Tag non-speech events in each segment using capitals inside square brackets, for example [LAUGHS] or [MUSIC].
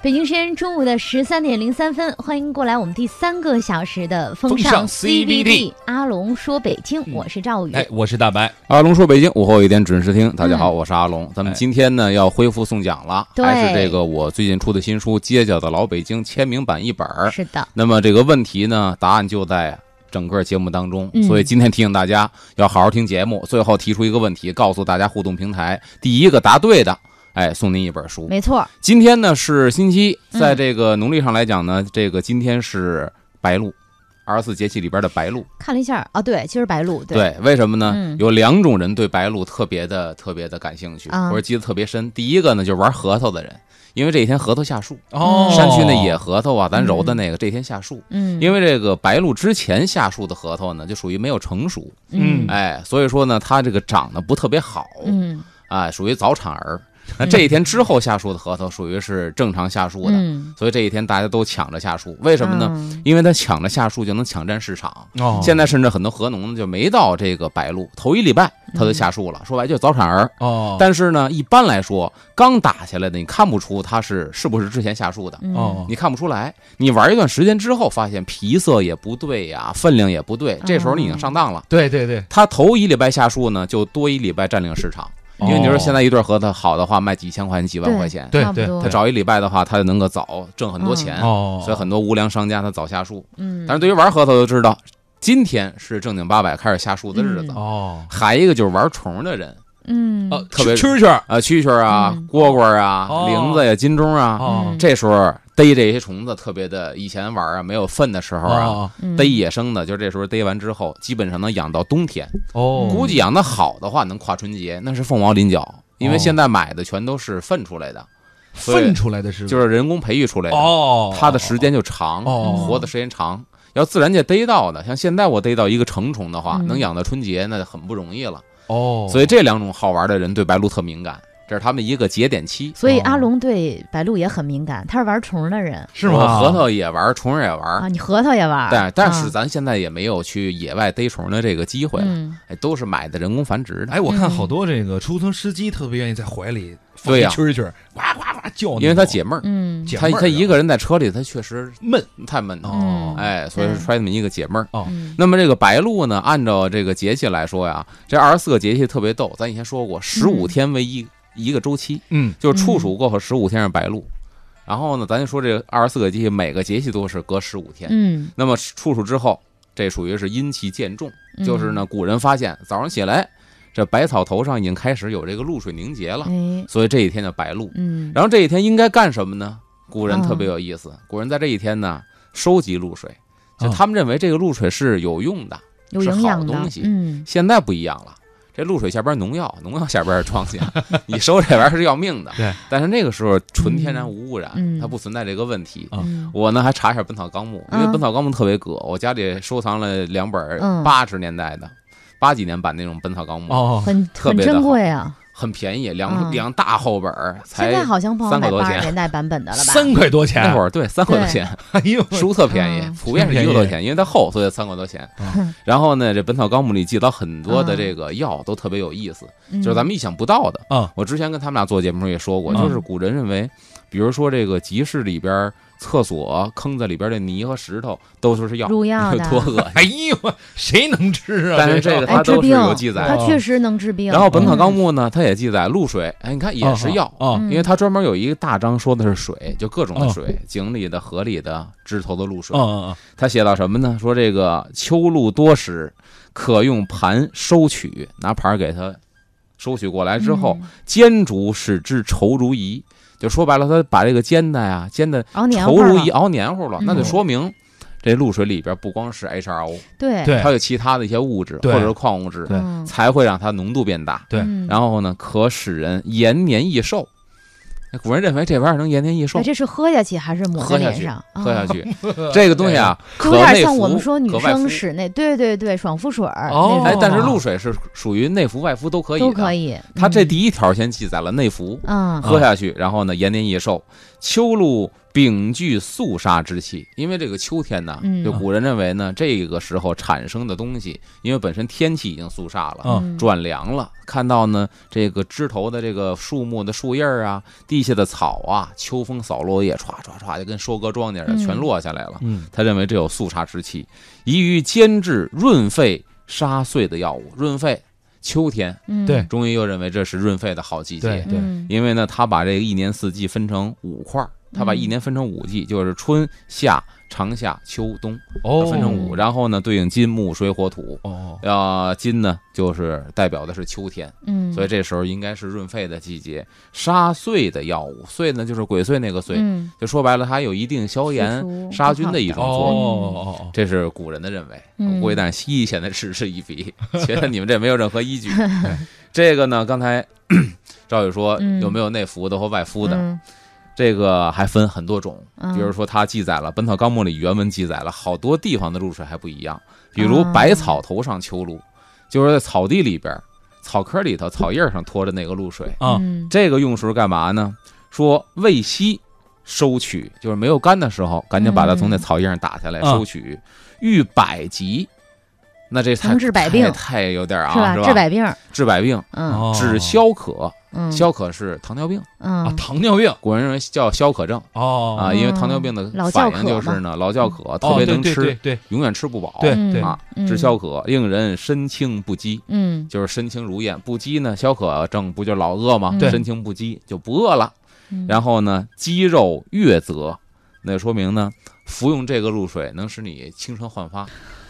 北京时间中午的十三点零三分，欢迎过来我们第三个小时的风风尚 CBD 阿龙说北京，嗯我是赵宇。哎，我是大白，阿龙说：“北京午后一点准时听，大家好，我是阿龙。咱们哎今天呢要恢复送奖了，嗯对还是这个我最近出的新书《街角的老北京》签名版一本儿。是的，那么这个问题呢，答案就在整个节目当中嗯。所以今天提醒大家要好好听节目，最后提出一个问题，告诉大家互动平台第一个答对的，哎，送您一本书。没错，今天呢是星期一，嗯在这个农历上来讲呢，这个今天是白露，二十四节气里边的白露。看了一下，啊，对，今儿白露，，对，为什么呢？嗯有两种人对白露特别的、特别的感兴趣，啊或者记得特别深。第一个呢，就是玩核桃的人，因为这一天核桃下树，哦山区的野核桃啊，咱揉的那个，这一天下树。嗯，因为为这个白露之前下树的核桃呢，就属于没有成熟，嗯哎，所以说呢，它这个长得不特别好，嗯啊，属于早产儿。那这一天之后下树的核桃，属于是正常下树的，嗯，啊所以这一天大家都抢着下树，为什么呢？呢？因为它抢着下树就能抢占市场，哦现在甚至很多河农呢就没到这个白露，头一礼拜它就下树了，说白了就是早产儿。嗯哦，但是呢，一般来说，刚打下来的你看不出它是是不是之前下树的，嗯哦，你看不出来。你玩一段时间之后，发现皮色也不对呀、分量也不哦对，这时候你已经上当了。对对对，它头一礼拜下树呢，就多一礼拜占领市场，哦因为你说现在一对核桃好的话卖几千块钱、几万块钱，对差不对多它找一礼拜的话，它就能够早挣很多钱。哦，所以很多无良商家他早下树，嗯，但是对于玩核桃就知道，今天是正经八百开始下树的日子。嗯哦，还一个就是玩虫的人，嗯哦，呃特别蛐蛐儿啊，蛐蛐儿啊嗯、蝈蝈啊哦、铃子呀、金钟啊，哦嗯这时候逮这些虫子特别的，以前玩啊没有粪的时候啊，哦嗯逮野生的，就这时候逮完之后，基本上能养到冬天，哦，估计养的好的话能跨春节，那是凤毛麟角，因为哦现在买的全都是粪出来的，所以粪出来的是就是人工培育出来的，哦，它的时间就长，哦活的时间长。要自然界逮到的，像现在我逮到一个成虫的话，嗯能养到春节那很不容易了。哦，所以这两种好玩的人对白鹭特敏感，这是他们一个节点期。所以哦阿龙对白鹭也很敏感，他是玩虫的人是我吗？核桃也玩，虫儿也玩，啊，你核桃也玩，但但是啊咱现在也没有去野外逮虫的这个机会了，嗯哎，都是买的人工繁殖的。哎，我看嗯好多这个出租车司机特别愿意在怀里放对呀蛐蛐儿，呱呱呱叫那种，因为他解闷儿，嗯解他闷儿啊他一个人在车里，他确实闷太闷了，哦嗯，哎，哦所以对说揣这么一个解闷儿。嗯那么这个白鹭呢，按照这个节气来说呀，这二十四个节气特别逗。咱以前说过，十五嗯天为一、一个周期，嗯就是处暑过后十五天是白鹭。然后呢，咱就说这二十四个节气，每个节气都是隔十五天。嗯，那么处暑之后，这属于是阴气渐重，嗯就是呢，，古人发现早上起来，这百草头上已经开始有这个露水凝结了，哎，所以这一天叫白露。嗯，然后这一天应该干什么呢？古人嗯特别有意思，古人在这一天呢收集露水，就嗯哦他们认为这个露水是有用的。有是营好养的东西嗯现在不一样了，这露水下边农药，农药下边是庄 [LAUGHS] 稼，你收这玩意儿是要命的。对，但是那个时候纯天然无污染，嗯它不存在这个问题。啊嗯我呢还查一下《本草纲目》，因为嗯《本草纲目》特别葛，我家里收藏了两本嗯八十年代的、八几年版那种《本草纲目》，哦，很特很别的珍好贵啊！很便宜，嗯两两大厚本儿现才在好像不好三买块多八十钱年代版本的了吧？三块多钱，啊那会儿对三块多对钱，哎呦， [LAUGHS] 书特便宜嗯，普遍是一个多钱，因为它厚，所以三块多钱嗯。 [LAUGHS] 然后呢，这《本草纲目》里记到很多的这个药都特别有意思，嗯就是咱们意想不到的。嗯我之前跟他们俩做节目时候也说过，嗯就是古人认为，比如说这个集市里边儿、厕所坑子里边儿的泥和石头都说是药，入药 [LAUGHS] 你的说多恶 [LAUGHS] 心。哎呦，谁能吃啊？但是这这个哎它治都是病有记载它的。确实能治病。 [LAUGHS] 然后《本草嗯纲目》呢，它也记载露水，哎，你看也是药。啊，哦嗯因为它专门有一个大章说的是水，就各种的嗯水，井里的、河里的、枝头的露水。嗯嗯他写到什么呢？说这个秋露多时，可用盘收取，拿盘儿给它收取过来之后，，嗯煎煮使之稠如饴。就说白了，他把这个煎的呀，煎的熬年稠味儿如了饴，熬黏糊了，嗯那就说明这露水里边不光是 HRO，对对还有其他的一些物质对或者是矿物质，对嗯才会让它浓度变大。对 [LAUGHS] 嗯然后呢，可使人延年益寿。那古人认为这玩意儿能延年益寿哎，这是喝下去还是抹在喝下脸去上？喝下啊，去。嗯，这个东西啊，有可点内像我服，们说女可外生敷使那，对对对，爽肤水儿哦那哎种，但是露水是属于内服外敷都可以，都可。以。它嗯这第一条先记载了内服，嗯喝下去，然后呢延年益寿。秋露秉具肃杀之气，因为这个秋天呐，嗯就古人认为呢，这个时候产生的东西，因为本身天气已经肃杀了，嗯嗯转凉了，看到呢这个枝头的这个树木的树叶儿啊，地下的草啊，秋风扫落叶，歘歘歘就跟收割庄稼似的，嗯全落下来了。嗯他认为这有肃杀之气，宜于煎制润肺杀碎的药物。润肺，秋天，嗯对中医又认为这是润肺的好季节对，对嗯因为呢，他把这个一年四季分成五块儿，他把嗯一年分成五季，就是春夏、长夏、秋冬，哦分成五，哦然后呢对应金木水火土。哦啊，金呢就是代表的是秋天，嗯，所以这时候应该是润肺的季节。杀碎的药物，碎呢就是鬼祟那个祟，嗯就说白了，它有一定消炎除杀菌的一哦种作用。哦哦，这是古人的认为，嗯我估计但是西医现在嗤之以鼻，觉得你们这没有任何依 [LAUGHS] 据。这个呢，刚才 [CLEARS THROAT] 赵宇说嗯有没有内服的或外敷的，嗯这个还分很多种。嗯比如说，它记载了《本草纲目》里原文记载了好多地方的入水还不一样，比如啊百草头上秋露，就是在草地里边、草窠里头、草叶上拖着那个露水。啊嗯这个用时干嘛呢？说未息收取，就是没有干的时候，赶紧把它从那草叶上打下来、嗯收取。遇百疾，那这太能治百病太太有点儿啊，是吧？是吧？治百病，治百病，嗯哦治消渴，嗯，消渴是糖尿病，啊嗯糖尿病古人认为叫消渴症哦啊，因为糖尿病的老反叫应渴就是呢，老叫渴，特哦别对能对对吃，对永远吃不饱。对嗯啊，嗯治消渴令人身轻不饥，嗯就是身轻如燕。不饥呢，消渴症不就老饿吗？嗯对身轻不饥就不饿了。嗯然后呢，肌肉越泽，那说明呢，服用这个露水能使你精神焕发，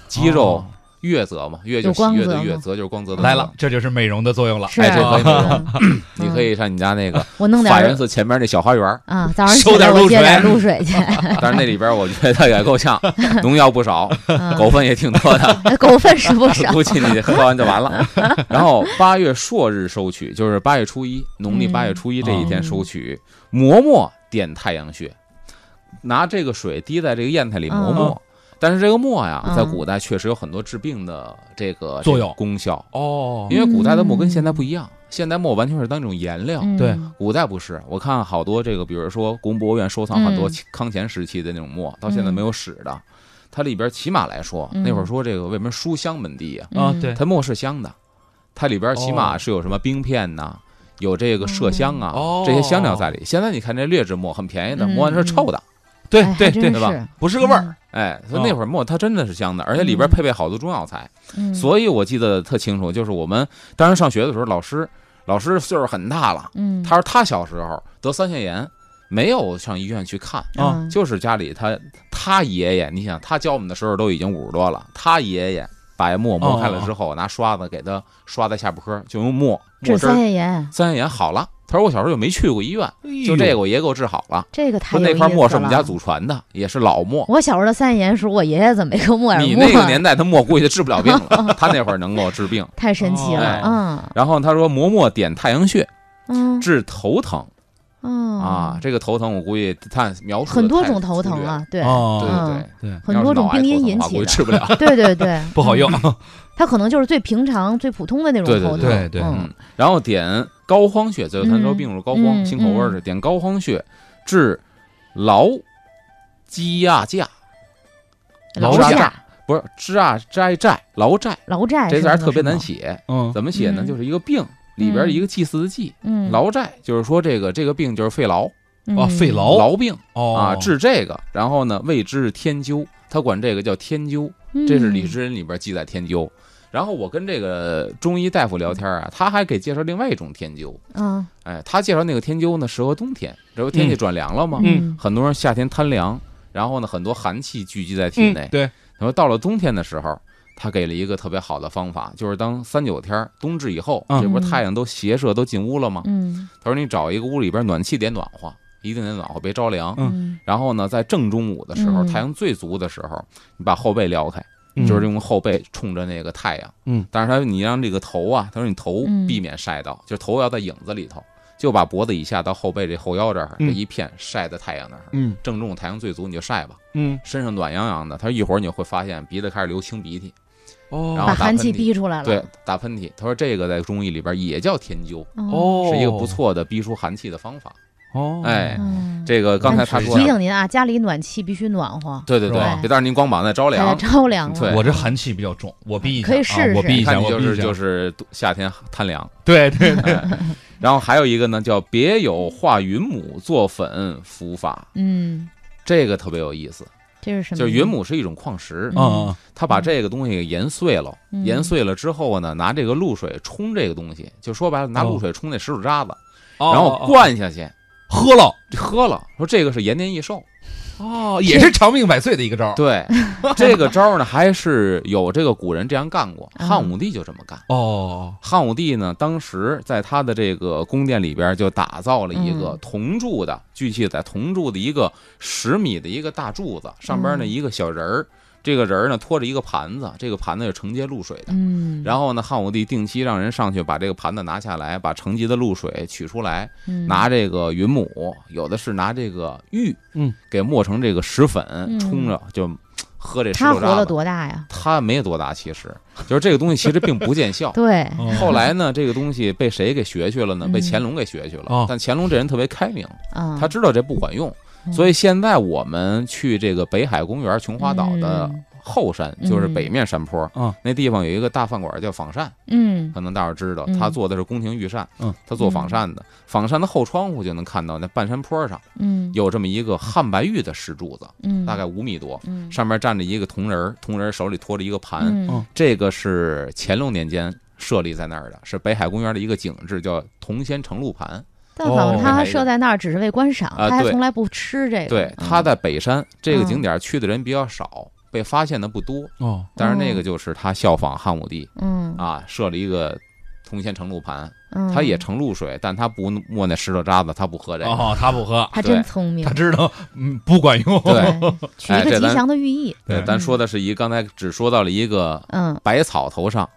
肌肉嗯哦越泽嘛，越就有喜光悦泽的嘛越，泽就是光泽的来泽了，。这就是美容的作用了，是哎这回 [LAUGHS] 嗯你可以上你家那个我 [LAUGHS] 弄点法源儿寺前面那小花园 [LAUGHS] 儿，啊，早上收起来点我露接水点露水去， [LAUGHS] [LAUGHS] 但是那里边儿我觉得也够呛，农药不少，嗯狗粪也挺多的。，哎狗粪是不少 [LAUGHS] [LAUGHS] 估计你喝完就完了。然后八月朔日收取，就是八月初一，农历嗯八月初一这一天哦收取。磨墨点太阳穴，拿这个水滴在这个砚台里磨墨。但是这个墨呀，嗯在古代确实有很多治病的这个作用这个功效，哦因为古代的墨跟现代不一样，现代墨完全是当一种颜料。嗯对古代不是，我看好多这个，比如说故宫博物院收藏很多嗯康乾时期的那种墨，到现在没有使的。它里边起码来说，嗯那会儿说这个为什么书香门第呀、啊嗯对它墨是香的，它里哦边起码是有什么冰片呐、有这个麝香啊，哦这些香料在里。现在你看这劣质墨很便宜的，嗯摸完是臭的，对哎对还真对，对吧是不是个味儿，哎，所哦以那会儿墨它真的是香的，而且里边配备好多中药材。嗯，所以我记得特清楚，就是我们当时上学的时候，老师老师岁数很大了，嗯，他说他小时候得三腺炎，没有上医院去看。啊嗯就是家里他他爷爷，你想他教我们的时候都已经五十多了，他爷爷把墨磨开了之后，拿刷子给他刷在下巴颏儿，就用墨治墨汁腮儿，腺炎，三腺炎好了。他说我小时候就没去过医院，嗯哎就哎这个我爷给我治好了。这个太说有那块意墨思是我们家了祖传的，也是老墨。我小时候的三言是 [LAUGHS] 我爷爷怎么一个木耳你沫那个年代他墨估计治不了病 [LAUGHS] 了，他那会儿能够治病。太神奇了，哎嗯然后他说磨墨点太阳穴嗯治头疼嗯啊，，这个头疼我估计他描述很得多太种头粗疼略了，啊，对，对哦对嗯对。对，很要是多种脑癌病头因疼引的话起估的计，治不 [LAUGHS] 了。对对对，不好用嗯，它可能就是最平常、最普通的那种对对头疼，对对嗯嗯，然后点膏肓穴，最后咱说嗯病入膏肓，嗯心口窝儿是点膏肓穴治劳积压架，劳劳驾驾、不是支啊斋债劳债，劳债这是字儿什么特别难什么，写， [LAUGHS] 嗯怎么写呢？嗯就是一个病里边一个祭祀的祭，嗯，劳债就是说这个这个病就是肺痨啊肺嗯痨痨病哦啊，治这个，然后呢谓之天灸，他管这个叫天灸。这是《李嗯时仁》里边记载天灸。然后我跟这个中医大夫聊天啊，他还给介绍另外一种天灸。嗯哎，他介绍那个天灸呢，适合冬天，这不天气嗯转凉了吗？嗯很多人夏天贪凉，然后呢，很多寒气聚集在嗯体内。嗯对，那么到了冬天的时候，他给了一个特别好的方法，就是当三九天儿冬至以后，嗯这不是太阳都斜射都进屋了吗？嗯他说你找一个屋里边暖气得暖和，一定得暖和，别着凉。嗯然后呢，在正中午的时候，嗯太阳最足的时候，你把后背撩开，嗯就是用后背冲着那个太阳。嗯，但是他说你让这个头啊，他说你头嗯避免晒到，就是头要在影子里头，就把脖子以下到后背这后腰这儿这嗯一片晒在太阳那儿。嗯正中午太阳最足，你就晒吧，嗯身上暖洋洋的。他说一会儿你会发现鼻子开始流清鼻涕，哦然后把打寒喷气嚏逼出来了，对，打喷嚏。他说这个在中医里边也叫天灸，嗯，哦是一个不错的逼出寒气的方法。哦，哎嗯，这个刚才他说提的，醒您啊，家里暖气必须暖和，对对对是吧，别到时候您光膀子着太哎凉。嗯着凉了。对我这寒气比较重，我避一下，可以试试啊，我避一看下，你我就避是一下，就是夏天贪凉。对对对， [LAUGHS] 然后还有一个呢，叫别有化云母做粉服法，嗯，这个特别有意思。这是什么？就是云，母是一种矿石嗯，嗯嗯它把这个东西给研碎了，嗯研碎了之后呢，拿这个露水冲这个东西，就说白了，拿哦露水冲那石头渣子，哦然后哦灌下去，喝了，就喝了。说这个是延年益寿，哦，也是长命百岁的一个招儿，对，这个招儿呢还是有这个古人这样干过，嗯汉武帝就这么干。哦，汉武帝呢，当时在他的这个宫殿里边就打造了一个嗯铜柱的，据记载铜柱的一个十米的一个大柱子，上边呢嗯一个小人儿，这个人儿呢拖着一个盘子，这个盘子是承接露水的。嗯，然后呢，汉武帝定期让人上去把这个盘子拿下来，把承接的露水取出来，嗯拿这个云母，有的是拿这个玉，嗯，给磨成这个石粉，冲着就喝这嗯石他头活渣了子。多大呀？。他没多大，其实就是这个东西其实并不见效对，哦 [LAUGHS] 后来呢，这个东西被谁给学去了呢？嗯被乾隆给学去了哦。但乾隆这人特别开明，啊，他知道这不管用，嗯所以现在我们去这个北海公园琼花岛的嗯后山，就是北面山坡嗯，那地方有一个大饭馆叫仿膳，嗯可能大伙儿知道嗯，他做的是宫廷御膳嗯，他做仿膳的，仿膳的后窗户就能看到那半山坡上嗯有这么一个汉白玉的石柱子，嗯，大概五米多，嗯上面站着一个铜人儿，铜人儿手里托着一个盘，嗯嗯这个是乾隆年间设立在那儿的，是北海公园的一个景致，叫铜仙成露盘。但好像哦他设在那儿只是为观赏，啊他还对从来不吃这个。对，嗯它在北山这个嗯景点去的人比较少，被发现的不多。哦，但是那个就是他效仿汉武帝嗯啊，设了一个铜仙成露盘，嗯，他也盛露水，但他不抹那石头渣子，他不喝这个。哦，他不喝，他真聪明 [LAUGHS] 他，知道，嗯，不管用，对 [LAUGHS] [LAUGHS] 取一哎个这吉咱祥的寓意。对，咱说的是一，刚才只说到了一个嗯百草头上，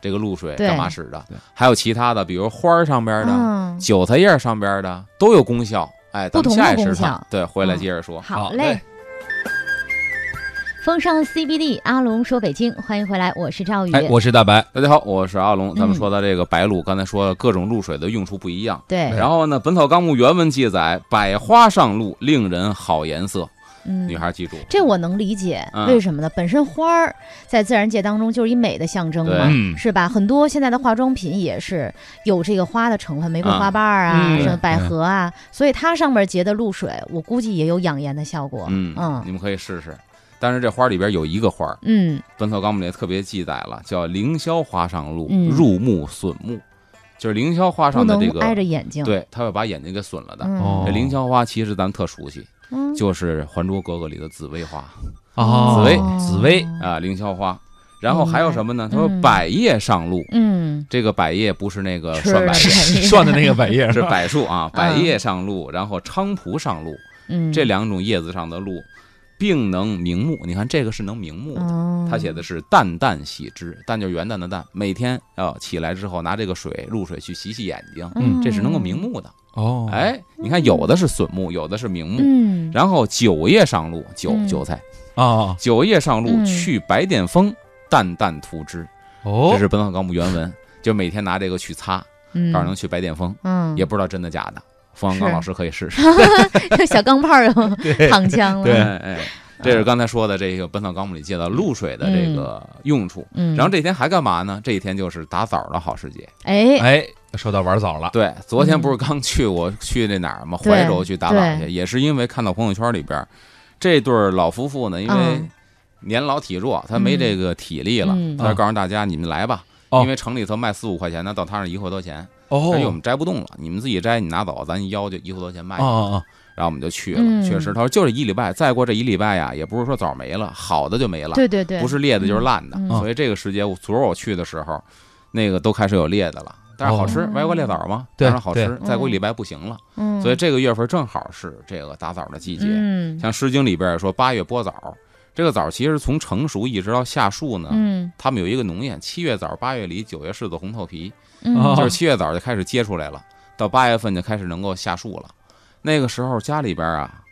这个露水对干嘛使的对？还有其他的，比如花儿上边的，嗯，韭菜叶上边的都有功效。哎，咱不同的们下一功时效嗯段对回来接着说。好好嘞嘞。风尚 CBD，阿龙说北京，欢迎回来，我是赵宇。哎，我是大白，大家好，我是阿龙。咱嗯们说到这个白露，刚才说了各种露水的用处不一样。对，然后呢，《本草纲目》原文记载：“百花上露，令人好颜色。”嗯女孩记住，这我能理解，嗯为什么呢？本身花儿在自然界当中就是一美的象征对嘛，嗯是吧？很多现在的化妆品也是有这个花的成分，玫瑰嗯花瓣儿啊，嗯什么对百合啊，所以它上面结的露水，我估计也有养颜的效果。嗯嗯你们可以试试。但是这花里边有一个花，《嗯本草纲目》里特别记载了，叫“凌霄花上露嗯，入目损目”，就是凌霄花不上的能这个，挨着眼睛。对，它会把眼睛给损了的。嗯，哦这凌霄花其实咱们特熟悉，嗯，就是《还珠格格》里的紫薇花哦紫薇 [LAUGHS] 紫薇，啊，凌霄花。然后还有什么呢？他说嗯百叶上露，嗯，这个百叶不是那个吃涮百吃叶，是涮的那个百叶是是吧？柏树啊，百叶上露，然后菖蒲上露，嗯，这两种叶子上的露，并能明目。你看这个是能明目的。哦，他写的是“淡淡洗之”，淡就是元旦的淡，每天啊起来之后拿这个水露水去洗洗眼睛，嗯， [LAUGHS] 这是能够明目的。哦，，哎，你看有的是损目，有的是明目。嗯，然后九叶上露，韭嗯韭菜，啊，九叶上露嗯去白癜风，淡淡涂之。哦，这是《本草纲目》原文， [LAUGHS] 就每天拿这个去擦，嗯，告诉能去白癜风。嗯，也不知道真的假的。冯小刚是老师可以试 [LAUGHS] 试。小钢炮儿又 [LAUGHS] [LAUGHS] 躺枪了。对哎哎，这是刚才说的这个《本草纲目》里介绍露水的这个用处。嗯，然后这一天还干嘛呢？这一天就是打枣的好时节。哎，哎，说到玩枣了，对，昨天不是刚去我去那哪儿吗？嗯对怀柔去打枣对去，也是因为看到朋友圈里边儿这对儿老夫妇呢，因为嗯年老体弱，他没这个体力了嗯，他就告诉大家你们来吧，哦因为城里头卖四五块钱的，到他那儿一块多钱，哦而且我们摘不动了，你们自己摘，你拿走，咱一腰就一块多钱卖啊。啊啊，然后我们就去了，嗯确实，他说就这一礼拜，再过这一礼拜呀，也不是说枣没了，好的就没了，对对对，不是裂的就是烂的，嗯所以这个时节，我昨儿我去的时候，那个都开始有裂的了，但是好吃哦，外国裂枣嗯嘛，对当然好吃，对再过一礼拜不行了，嗯，所以这个月份正好是这个打枣的季节，嗯像《诗经》里边也说八月播枣，这个枣其实从成熟一直到下树呢。嗯他们有一个农谚：七月枣，八月梨，九月柿子红透皮。哦嗯，就是七月枣就开始结出来了，到八月份就开始能够下树了。那个时候家里边啊，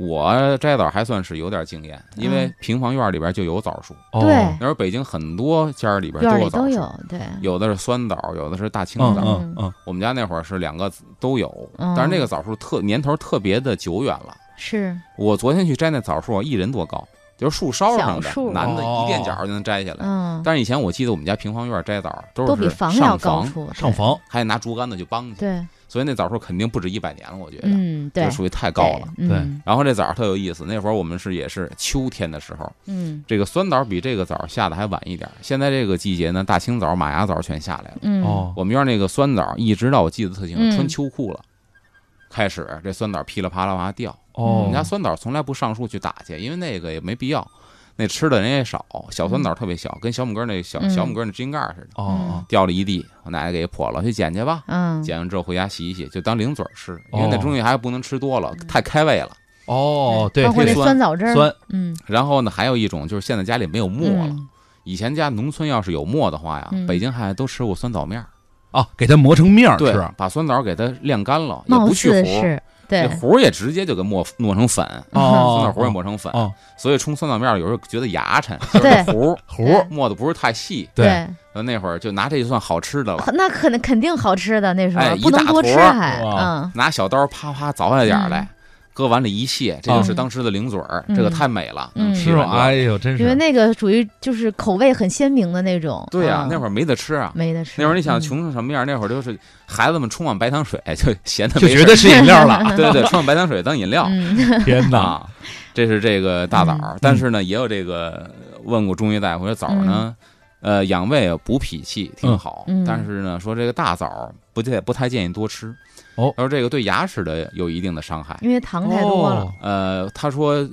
我摘枣还算是有点经验，因为嗯平房院里边就有枣树，哦对，那时候北京很多家儿里边院儿都里有都枣树，有，对，有的是酸枣，有的是大青嗯枣。嗯嗯，我们家那会儿是两个都有，嗯但是那个枣树特年头特别的久远了。是我昨天去摘那枣树，一人多高，就是树梢上小的树，男的哦一垫脚就能摘下来。嗯，但是以前我记得我们家平房院摘枣都都是比房要上高房，出对上房还拿竹竿子去帮去，对，所以那枣树肯定不止一百年了，我觉得，嗯，对这，属于太高了。对，嗯然后这枣儿特有意思，那会儿我们是也是秋天的时候，嗯这个酸枣比这个枣儿下的还晚一点儿。现在这个季节呢，大青枣、马牙枣全下来了。嗯，哦，我们院儿那个酸枣，一直到我记得特清嗯楚，穿秋裤了，开始这酸枣噼里啪啦往下掉。哦我们家哦，酸枣从来不上树去打去，因为那个也没必要，那吃的人也少。小酸枣特别小，跟小拇哥那小嗯小拇哥那指甲盖儿似的，哦哦，掉了一地。我奶奶给破了，去捡去吧。嗯，捡完之后回家洗一洗，就当零嘴儿吃，因为那哦东西还不能吃多了，太开胃了。哦，对，包括那这酸酸枣汁儿，酸，嗯，然后呢，还有一种就是现在家里没有沫了。嗯以前家农村要是有沫的话呀，嗯北京孩子都吃过酸枣面儿，啊，给它磨成面儿对 [LAUGHS] 吃，，把酸枣给它晾干了，也貌不去似核，是，那对，核也直接就给磨磨成粉，哦酸枣核也磨成粉，哦，所以冲酸枣面儿有时候觉得牙碜，就是对那核糊对磨的不是太细，嗯对，然后那会儿就拿这就算好吃的了，那可能肯定好吃的那时哎候，一不能大多坨吃儿还，哇嗯，拿小刀啪啪凿下点儿来，搁碗里一卸，这哦就是嗯当时的零嘴儿，嗯这个太美了，嗯是吃吗？完哎了，呦，真因为是，那个属于就是口味很鲜明的那种，对呀，那儿会儿没得吃啊。没得吃，那会儿你想嗯，穷成什么样？那会儿就是孩子们冲碗白糖水，就 [LAUGHS] 闲的就没事啊觉得是饮料 [LAUGHS] 了，对对对，冲白糖水当饮料。嗯， [LAUGHS] 天哪，啊，这是这个大枣嗯儿，但是呢，也有这个问过中医大夫说枣儿呢，呃，养胃补脾气挺好嗯嗯，但是呢，说这个大枣儿不太不太建议多吃。哦他说这个对牙齿的有一定的伤害。因为糖太多了，哦，呃，他说，就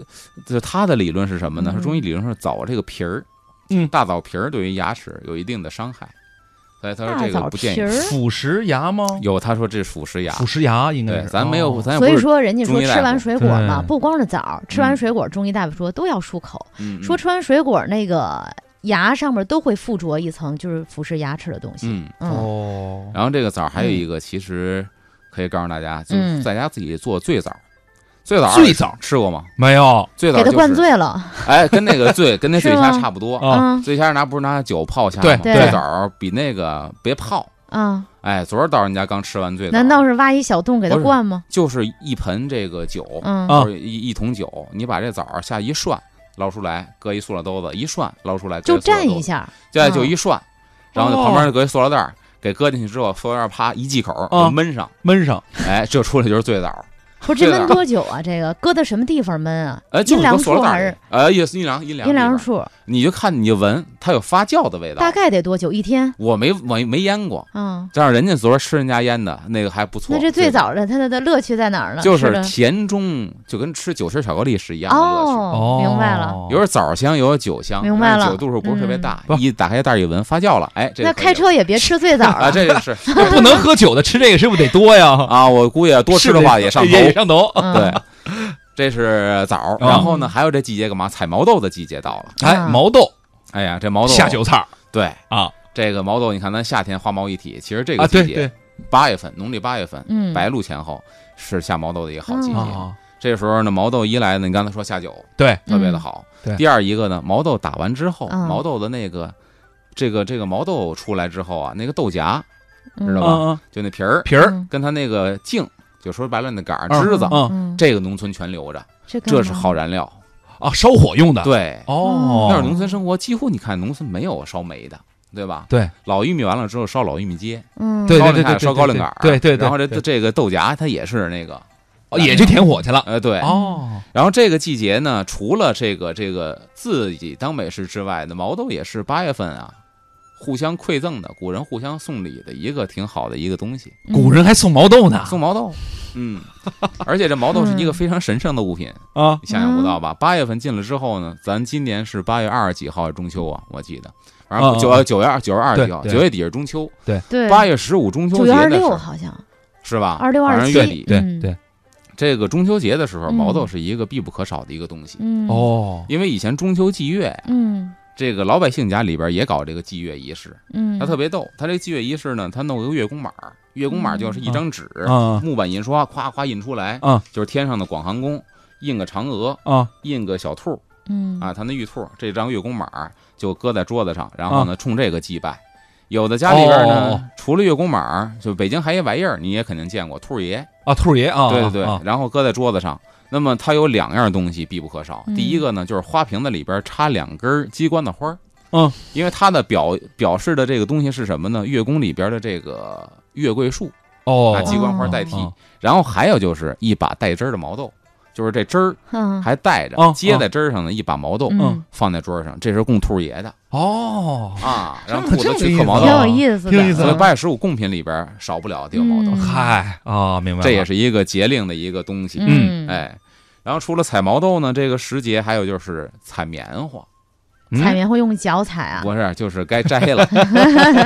是他的理论是什么呢？嗯说中医理论是枣这个皮儿，嗯大枣皮儿对于牙齿有一定的伤害，所以他说大这个枣不建皮议。儿，腐蚀牙吗？有他说这腐蚀牙，腐蚀牙应该对，是，咱没有，哦咱也不所是以，说人家说中医大吃完夫水果嘛，对不光是枣儿，吃完嗯水果，中医大夫说都要漱口，嗯说，吃完水果那个牙上面都会附着一层就是腐蚀牙齿的东西。嗯，嗯哦，然后这个枣儿还有一个，其实可以告诉大家，就是嗯在家自己做醉枣儿，醉枣儿最早吃过吗？没有，醉枣给他儿就是灌，醉了，哎，跟那个醉跟那醉虾 [LAUGHS] 是吗差不多。啊，嗯醉虾拿不是拿酒泡虾吗？对对醉枣儿比那个别泡。啊！哎，昨儿到人家刚吃完醉枣儿，难道是挖一小洞给他不是哦灌吗？就是一盆这个酒，嗯啊或者一一桶酒，你把这枣儿下一涮，捞出来，搁一塑料兜子，一涮捞出来，搁就塑料蘸兜一子， [LAUGHS] 下，对，嗯就一涮，然后就哦旁边搁一塑料袋儿，给搁进去之后，塑料袋儿啪一系口儿，哦啊就闷上，闷上，哎，这出来就是醉枣儿。不是这对的闷多久啊？这个搁到什么地方闷啊？哎，就是阴凉搁塑处料袋还儿是里，哎，也是阴凉阴凉阴地凉方处？你就看你就闻，它有发酵的味道大。概得多久？一天？我没没没腌过，嗯，但是人家昨儿吃人家腌的那个还不错。那这最早的它的的乐趣在哪儿呢？就吃是的甜中就跟吃酒心巧克力是一样的乐趣。哦，明白了。，有点枣香，有点酒香，明白了但是酒度数不是特别大。嗯一打开袋儿一闻，发酵了，哎，这那个可以开车也别吃最早了啊，了，这 [LAUGHS] 个是不能喝酒的吃这个是不是得多呀？啊，我估计 [LAUGHS] 多吃的话也上头。也上头。嗯对，这是枣儿，嗯然后呢，还有这季节干嘛？采毛豆的季节到了。哎，啊毛豆哎呀，这毛豆下酒菜儿对啊这个毛豆，你看咱夏天花毛一体，其实这啊，个对季节对八月份，农历八月份，嗯，白露前后是下毛豆的一个好季节。啊，这时候呢，毛豆一来呢，你刚才说下酒对，特别的好嗯对。第二一个呢，毛豆打完之后，嗯毛豆的那个这个这个毛豆出来之后啊，那个豆荚知道吧嗯嗯，就那皮儿，皮儿嗯跟它那个茎，就说白了那杆儿嗯枝子，嗯嗯，这个农村全留着，这干这是嘛好燃料。啊，烧火用的，对，哦，那会那儿农村生活几乎你看农村没有烧煤的。对吧？对，老玉米完了之后烧老玉米秸，嗯，对高粱开始烧对高粱杆儿，对对对然后这对这个豆荚它也是那个，哦也去填火去了。呃，对，哦，然后这个季节呢，除了这个这个自己当美食之外呢，毛豆也是八月份啊，互相馈赠的，古人互相送礼的一个挺好的一个东西，嗯古人还送毛豆呢送毛豆。 [LAUGHS] 嗯，而且这毛豆是一个非常神圣的物品，啊，你想象不到吧？八月份进了之后呢，咱今年是八月二十几号是中秋啊，我记得，然后嗯九呃嗯九月二九月二十几号，对九月底是中秋，对八月十五中秋九节月二的十时六候好像是吧？二六反二正十月七，底对嗯对，这个中秋节的时候，嗯毛豆是一个必不可少的一个东西，嗯哦，因为以前中秋祭月嗯这个老百姓家里边也搞这个祭月仪式，嗯，他特别逗。他这祭月仪式呢，他弄个月宫码儿，嗯月宫码儿就是一张纸，嗯木板印刷，夸夸印出来，嗯就是天上的广寒宫。印个嫦娥，啊印个小兔嗯啊，他那玉兔这张月宫码就搁在桌子上，然后呢冲这个祭拜。有的家里边哦呢，除了月宫码，就北京还一玩意儿，你也肯定见过兔爷，啊，兔儿爷啊，对对对，啊然后搁在桌子上。那么它有两样东西必不可少，嗯第一个呢就是花瓶子里边插两根鸡冠的花儿，嗯，因为它的表表示的这个东西是什么呢？月宫里边的这个月桂树，拿哦，鸡冠花代替。哦然后还有就是一把带汁儿的毛豆，就是这汁儿嗯还带着、哦接在汁儿上的一把毛豆、嗯，放在桌上，这是供兔爷的哦，啊，这让么兔子这么去有嗑毛挺意思豆啊。有意思的，挺有意思所以的八月十五贡品里边少不了得有毛豆，嗯嗨啊，明白了，这也是一个节令的一个东西。嗯，哎，然后除了采毛豆呢，这个时节还有就是采棉花，嗯采棉花用脚踩啊，不是，就是该摘 [LAUGHS] 了。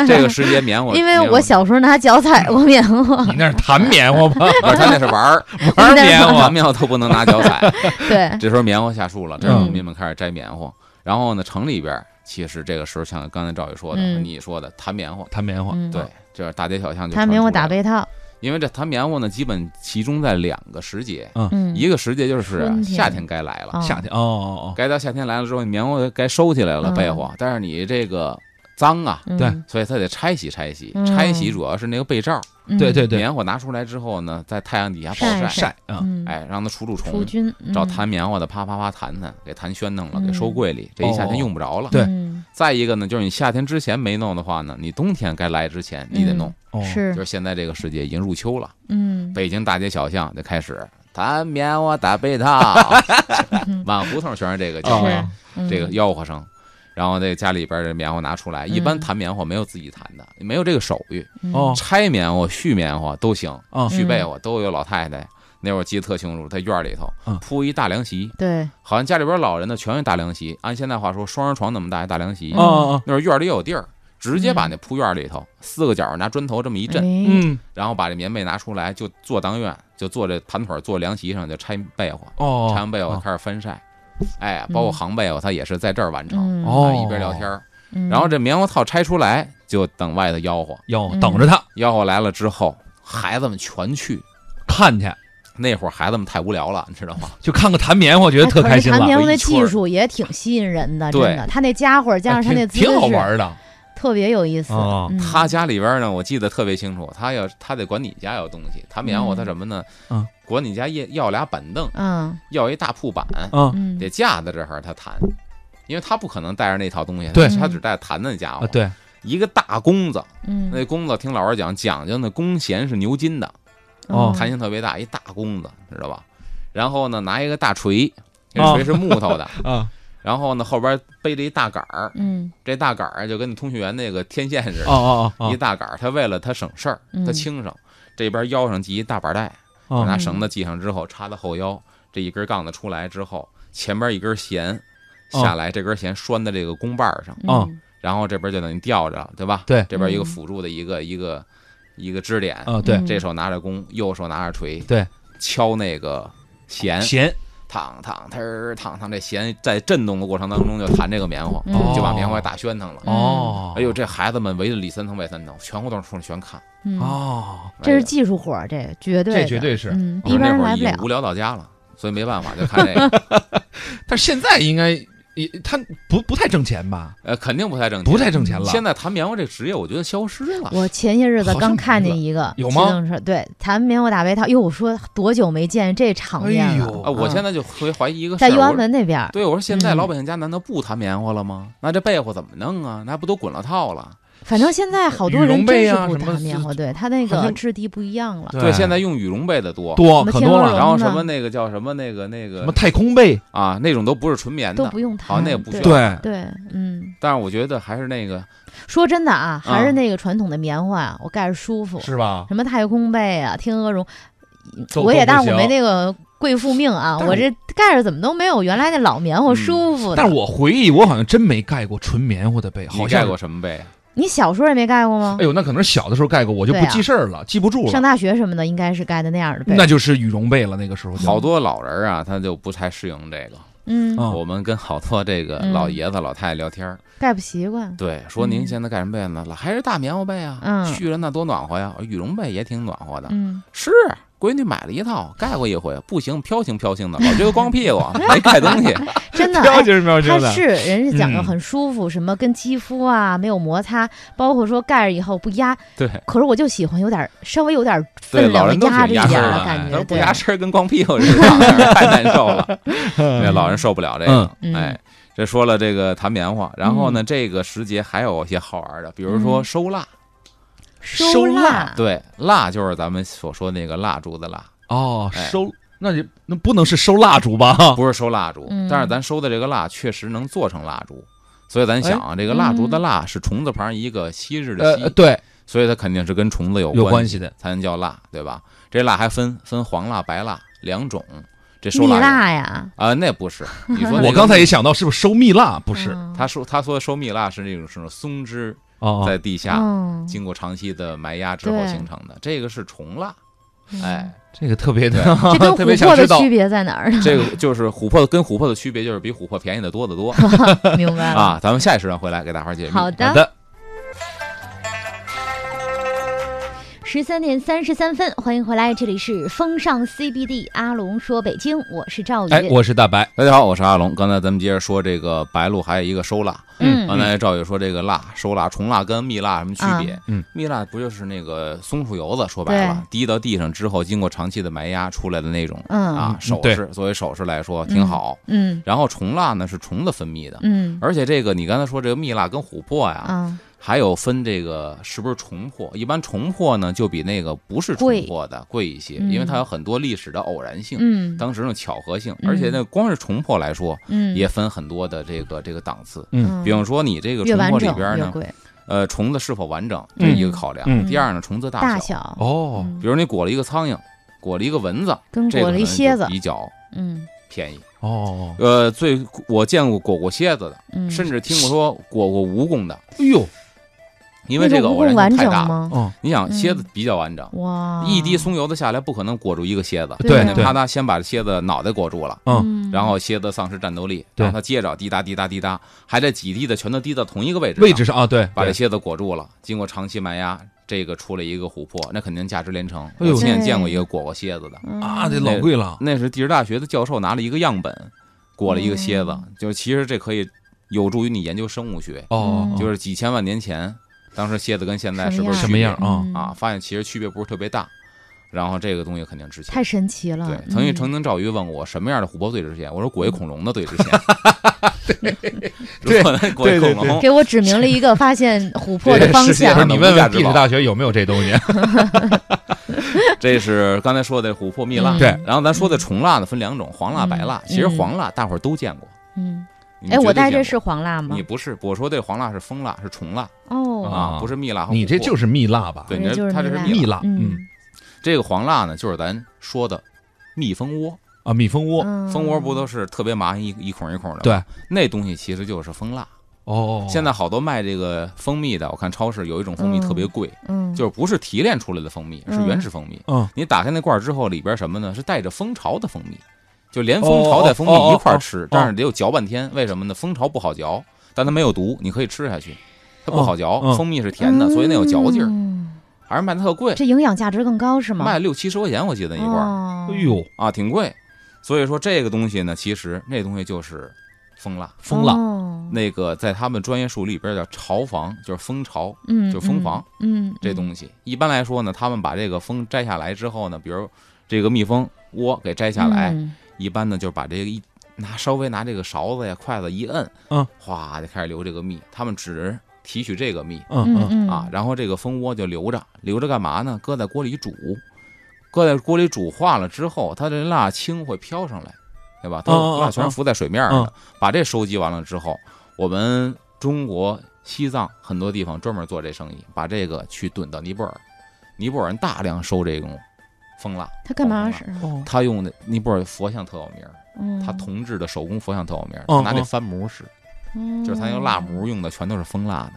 这个时节棉花，因为棉花我小时候拿脚踩过棉 [LAUGHS] 花，你那是弹棉花 [LAUGHS] 吧？不是他那是玩儿，玩棉咱花们要都不能拿脚踩。对，这时候棉花下树了，这时候嗯农民们开始摘棉花。然后呢，城里边儿其实这个时候像刚才赵宇说的，嗯你说的弹棉花，弹棉花，嗯对，，这大街小巷就他棉花传打出来了，被套，因为这弹棉花呢，基本集中在两个时节，嗯，一个时节就是春天夏天该来了，哦夏天哦哦哦，该到夏天来了之后，棉花该收起来了嗯被窝，但是你这个脏啊，嗯对所以它得拆洗拆洗嗯，拆洗主要是那个被罩，嗯对对对，棉花拿出来之后呢，在太阳底下暴晒晒，晒啊，嗯，哎，让它除除除虫。菌，找嗯弹棉花的，啪啪啪弹弹，给弹喧弄了，给收嗯柜里，这一夏哦天用不着了。对嗯再一个呢，就是你夏天之前没弄的话呢，你冬天该来之前你得弄。哦，嗯是就是现在这个世界已经入秋了，嗯，北京大街小巷就开始弹棉花打 [LAUGHS] 被套，满胡同全是这个叫哦声，是嗯这个吆喝声。然后这家里边的棉花拿出来，一般嗯弹棉花没有自己弹的，没有这个手艺，嗯哦拆棉花、续棉花都行，啊续被窝都有老太太。那会儿记得特清楚，在院儿里头嗯铺一大凉席，对，好像家里边老人呢全是大凉席，按现在话说双人床那么大一大凉席，嗯哦哦，那会儿院儿里有地儿，直接把那铺院儿里头、四个角儿拿砖头这么一震，哎，嗯然后把这棉被拿出来，就坐当院，就坐这盘腿儿坐凉席上就拆被窝，哦，拆完被窝哦开始翻晒，哎，包嗯括行被窝，它也是在这儿完成，嗯哦啊一边聊天儿，嗯然后这棉花套拆出来就等外头吆喝，要嗯等着他吆喝来了之后，嗯嗯孩子们全去。看去，那会儿孩子们太无聊了，你知道吗？就看个弹棉花，觉得哎特可开是心弹了，棉花围的一圈技儿术也挺吸引人的，真对的，他那家伙儿加上他那哎姿势，挺挺好玩的，特别有意思。哦嗯他家里边呢，我记得特别清楚，他要他得管你家要东西，他棉花嗯他什么呢？嗯，管你家要要俩板凳，嗯要一大铺板，嗯嗯，得架在这儿他弹，因为他不可能带着那套东西，对他只带弹那家啊伙，对，一个大弓子，嗯那弓子听老师讲讲究那弓弦是牛筋的，嗯哦弹性特别大，一大弓子，知道吧？然后呢，拿一个大锤，这哦锤是木头的，啊然后呢后边背着一大杆儿，嗯这大杆儿就跟通讯员那个天线似哦的，哦哦一大杆儿，他为了他省事儿，嗯嗯他轻省，这边腰上系一大板带，哦拿绳子系上之后插到后腰，这一根杠子出来之后，前边一根弦下来，这根弦拴在这个弓把儿上，哦嗯然后这边就等于吊着了，对吧？对这边一个嗯辅助的一个一个一个支点，啊对嗯这手拿着弓，右手拿着锤，对，敲那个弦，弦烫烫嘚儿烫烫，这弦在震动的过程当中就弹这个棉花，嗯就把棉花给打喧腾了。哦，哎呦，这孩子们围着里三层外三层，全胡同出来全看。嗯哦，这是技术活儿，这绝对这的绝对是哦嗯，哎呀一般人来我说那会儿已不经了。无聊到家了，所以没办法就看这 [LAUGHS] 个。但是现在应该也他不不太挣钱吧？呃，肯定不太挣钱，不太挣钱了，现在弹棉花这职业，我觉得消失了。我前些日子好像刚看见没一个有骑吗自行车，对，弹棉花打被套。哟，我说多久没见这场面哎了嗯呦？啊，我现在就特别怀疑一个事在右儿。安我说门那边儿，对，我说现在嗯老百姓家难道不弹棉花了吗？那这被窝怎么弄啊？那不都滚了套了？反正现在好多羽人绒真被是啊不什么弹棉花，对它那好个像质地不一样了。对，现在用羽绒被的多，多什么可天多鹅了，绒然后呢什么那个叫什么那个那什么个太空被，啊，那种都不是纯棉都的不。用好弹，像那也不需要对对，对，嗯，但是我觉得还是那个，说真的啊，还是啊那个传统的棉花啊，我盖着舒服。是吧？什么太空被啊、天鹅绒，都我也，都但不是我没行那个贵妇命啊，但我是这盖着怎么都没有原来那老棉花嗯舒服呢。但是我回忆，我好像真没盖过纯棉花的被，你好像盖过。什么被啊？你小时候也没盖过吗哎？呦，那可能是小的时候盖过，我就不对啊记事儿了，记不住上了。大学什么的，应该是盖的那样的被。那就是羽绒被了，那个时候就好多老人啊，他就不太适应这个。嗯，啊我们跟好多这个嗯老爷子老太太聊天儿，盖不习惯。对，说嗯您现在盖什么被呢？还是大棉花被啊？嗯续着那多暖和呀，羽绒被也挺暖和的。嗯，是，闺女买了一套，盖过一回，不行，飘轻飘轻的，老觉得光屁股没盖东 [LAUGHS] 西。真的，标哎就是标它准的，是人家讲的嗯很舒服，什么跟肌肤啊没有摩擦，包括说盖着以后不压。对可是我就喜欢有点儿稍微有点儿对，分老量人都压挺着一压身点儿儿的的，感但觉，是不对，压身儿跟光屁股似的， [LAUGHS] 太难受了。嗯那老人受不了这个，嗯哎，这说了这个弹棉花，然后呢，这个时节还有一些好玩的，比如说嗯收蜡，收纳纳，对，蜡就是咱们所说那个蜡烛的蜡，哦，哎收那你那不能是收蜡烛吧？不是收蜡烛，嗯但是咱收的这个蜡确实能做成蜡烛，所以咱想啊，这个蜡哎烛的嗯蜡是虫字旁一个昔日的呃，昔，对，所以它肯定是跟虫子有有关系系的。才能叫蜡，对吧？这蜡还分分黄蜡、白蜡两种，这收蜜蜡人蜡呀，啊，那不是，你 [LAUGHS] 说那我个刚才也想到，是不是收蜜蜡？不不是他说他说收蜜蜡是那种是松枝哦，在地下。嗯，经过长期的埋压之后对形成的，这个是虫蜡，嗯哎，这个特别的，这跟 [LAUGHS] 特别琥想珀知的道区别在哪儿呢？ [LAUGHS] 这个就是琥珀跟琥珀的区别就是比琥珀便宜的多 [LAUGHS] 得多明白了，啊！咱们下一时段回来给大伙儿解密。好好的。的，十三点三十三分，欢迎回来，这里是风尚 CBD，阿龙说北京，我是赵宇。哎，我是大白，大家好，我是阿龙。刚才咱们接着说这个白露，还有一个收蜡。嗯刚才赵宇说这个蜡、收蜡、虫蜡跟蜜蜡有什么区别啊？嗯，蜜蜡不就是那个松树油子？说白了，滴到地上之后，经过长期的埋压出来的那种嗯啊嗯首饰，作为首饰来说挺好。嗯然后虫蜡呢是虫子分泌的，嗯而且这个你刚才说这个蜜蜡跟琥珀呀，啊还有分这个是不是重破，一般重破呢就比那个不是重破的贵一些，嗯因为它有很多历史的偶然性，嗯当时那种巧合性，嗯而且呢光是重破来说嗯也分很多的这个这个档次。嗯比方说你这个越重完破里整边越呢，贵，呃，虫子是否完整这是一个考量。嗯第二呢，虫子大大小，小哦，嗯比如你裹了一个苍蝇，裹了一个蚊子，跟嗯这裹了个可一能蝎子就，比较嗯便宜。哦，呃，最我见过裹过蝎子的，嗯，甚至听过说裹过蜈蚣的，哎呦，因为这那个种偶蜈然蚣完性太整大了。吗？哦，你想嗯蝎子比较完整，哇，一滴松油子下来不可能裹住一个蝎子，对肯定嗯对啪嗒先把蝎子脑袋裹住了，嗯嗯，然后蝎子丧失战斗力，对然后它接着滴答滴答滴答，还在几滴的全都滴到同一个位置上位置上啊，对，把这对蝎子裹住了，经过长期埋压，这个出了一个琥珀，那肯定价值连城。哎呦我亲眼对见过一个裹过蝎子的，嗯啊，这老贵了，那是地质大学的教授拿了一个样本，裹了一个蝎子嗯，就是其实这可以有助于你研究生物学，嗯哦，就是几千万年前，当时蝎子跟现在什是么不是样什么样啊？嗯啊，发现其实区别不是特别大，然后这个东西肯定值钱太。神奇了。对，曾经嗯曾经赵宇问我什么样的琥珀最值钱，我说裹一恐龙的最值钱。对嗯 [LAUGHS] 如果裹一恐对对龙，给我指明了一个发现琥珀的这方世界向嗯不是上。你的问无价问之地质宝大学有没有这东西？这是刚才说的琥珀蜜蜡。嗯对然后咱说的虫蜡呢，分两种，黄蜡、嗯白蜡。其实嗯黄蜡大伙儿都见过。嗯，你哎，绝我对戴这见是黄蜡过。吗你？不是，我说这黄蜡是蜂蜡，是虫蜡哦，啊啊，不是蜜蜡和琥 [LAUGHS] 珀。你这就是蜜蜡吧？对，这你哎就是它这蜜是蜡蜜蜜蜡。蜡，嗯这个黄蜡呢，就是咱说的蜜蜂窝。啊，蜜蜂窝，嗯，蜂窝不都是特别麻一一孔一孔的吗？对，那东西其实就是蜂蜡。哦，现在好多卖这个蜂蜜的，我看超市有一种蜂蜜特别贵，嗯，就是不是提炼出来的蜂蜜，嗯是原始蜂蜜。嗯，你打开那罐儿之后，里边什么呢？是带着蜂巢的蜂蜜，就哦连蜂巢带蜂蜜一块儿吃，但是得有嚼半天。为什么呢？蜂巢不好嚼，但它没有毒，你可以吃下去，它不好哦嚼。嗯嗯蜂蜜是甜的，所以那有嚼劲儿，嗯而卖的特贵，这营养价值更高是吗？卖六七十块钱我记得一罐儿哦哎，呦，啊，挺贵。所以说这个东西呢，其实那东西就是蜂蜡。蜂蜡，哦，那个在他们专业术语里边叫巢房，就是蜂巢嗯，就蜂房嗯，嗯，这西东西。一般来说呢，他们把这个蜂摘下来之后呢，比如这个蜜蜂窝给摘下嗯来，一般呢就把这个一拿稍微拿这个勺子呀、筷子一摁，嗯，哗就开始流这个蜜。他们只提取这个蜜嗯嗯嗯，嗯啊，，然后这个蜂窝就留着，留着干嘛呢？搁在锅里煮，搁在锅里煮化了之后，它这蜡青会飘上来，对吧？它嗯嗯嗯蜡全嗯是浮在水面上的。把这收集完了之后，我们中国西藏很多地方专门做这生意，把这个去运到尼泊尔，尼泊尔人大量收这种蜂蜡，他干嘛黄使啊？哦，他用的尼泊尔佛像特有名儿，嗯他铜制的手工佛像特有名儿，嗯他拿那嗯翻模式，嗯就是他那个蜡模用的全都是蜂蜡的，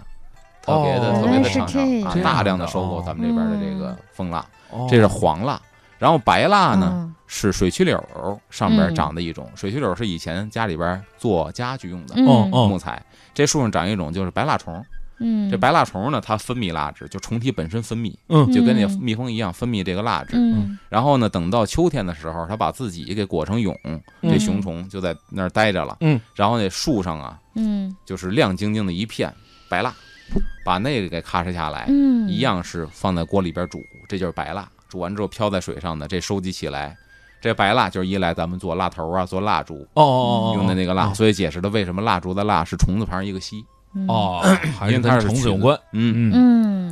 特别的哦特别的原畅来是这想样嗯啊，大量的收购哦咱们这边的这个蜂蜡，哦这是黄蜡。然后白蜡呢嗯是水曲柳儿上边嗯长的一种，水曲柳是以前家里边做家具用的嗯哦哦木材，这树上长一种就是白蜡虫，嗯，这白蜡虫呢，它分泌蜡质，就虫体本身分泌，嗯就跟那嗯蜜蜂一样分泌这个蜡质。嗯然后呢，等到秋天的时候，它把自己给裹成蛹，这嗯雄虫就在那儿待着了。嗯，然后那树上啊，嗯就是亮晶晶的一片白蜡，把那个给咔哧下来，嗯，哎一样是放在锅里边煮，这就是白蜡。煮完之后飘在水上的，这收集起来，这白蜡就是一来咱们做蜡头啊，做蜡烛哦哦哦，用的那个蜡，哦所以解释了为什么蜡烛的蜡是虫字旁一个西。嗯， [COUGHS] 哦，还因是为它跟是虫子有裙子关。嗯，嗯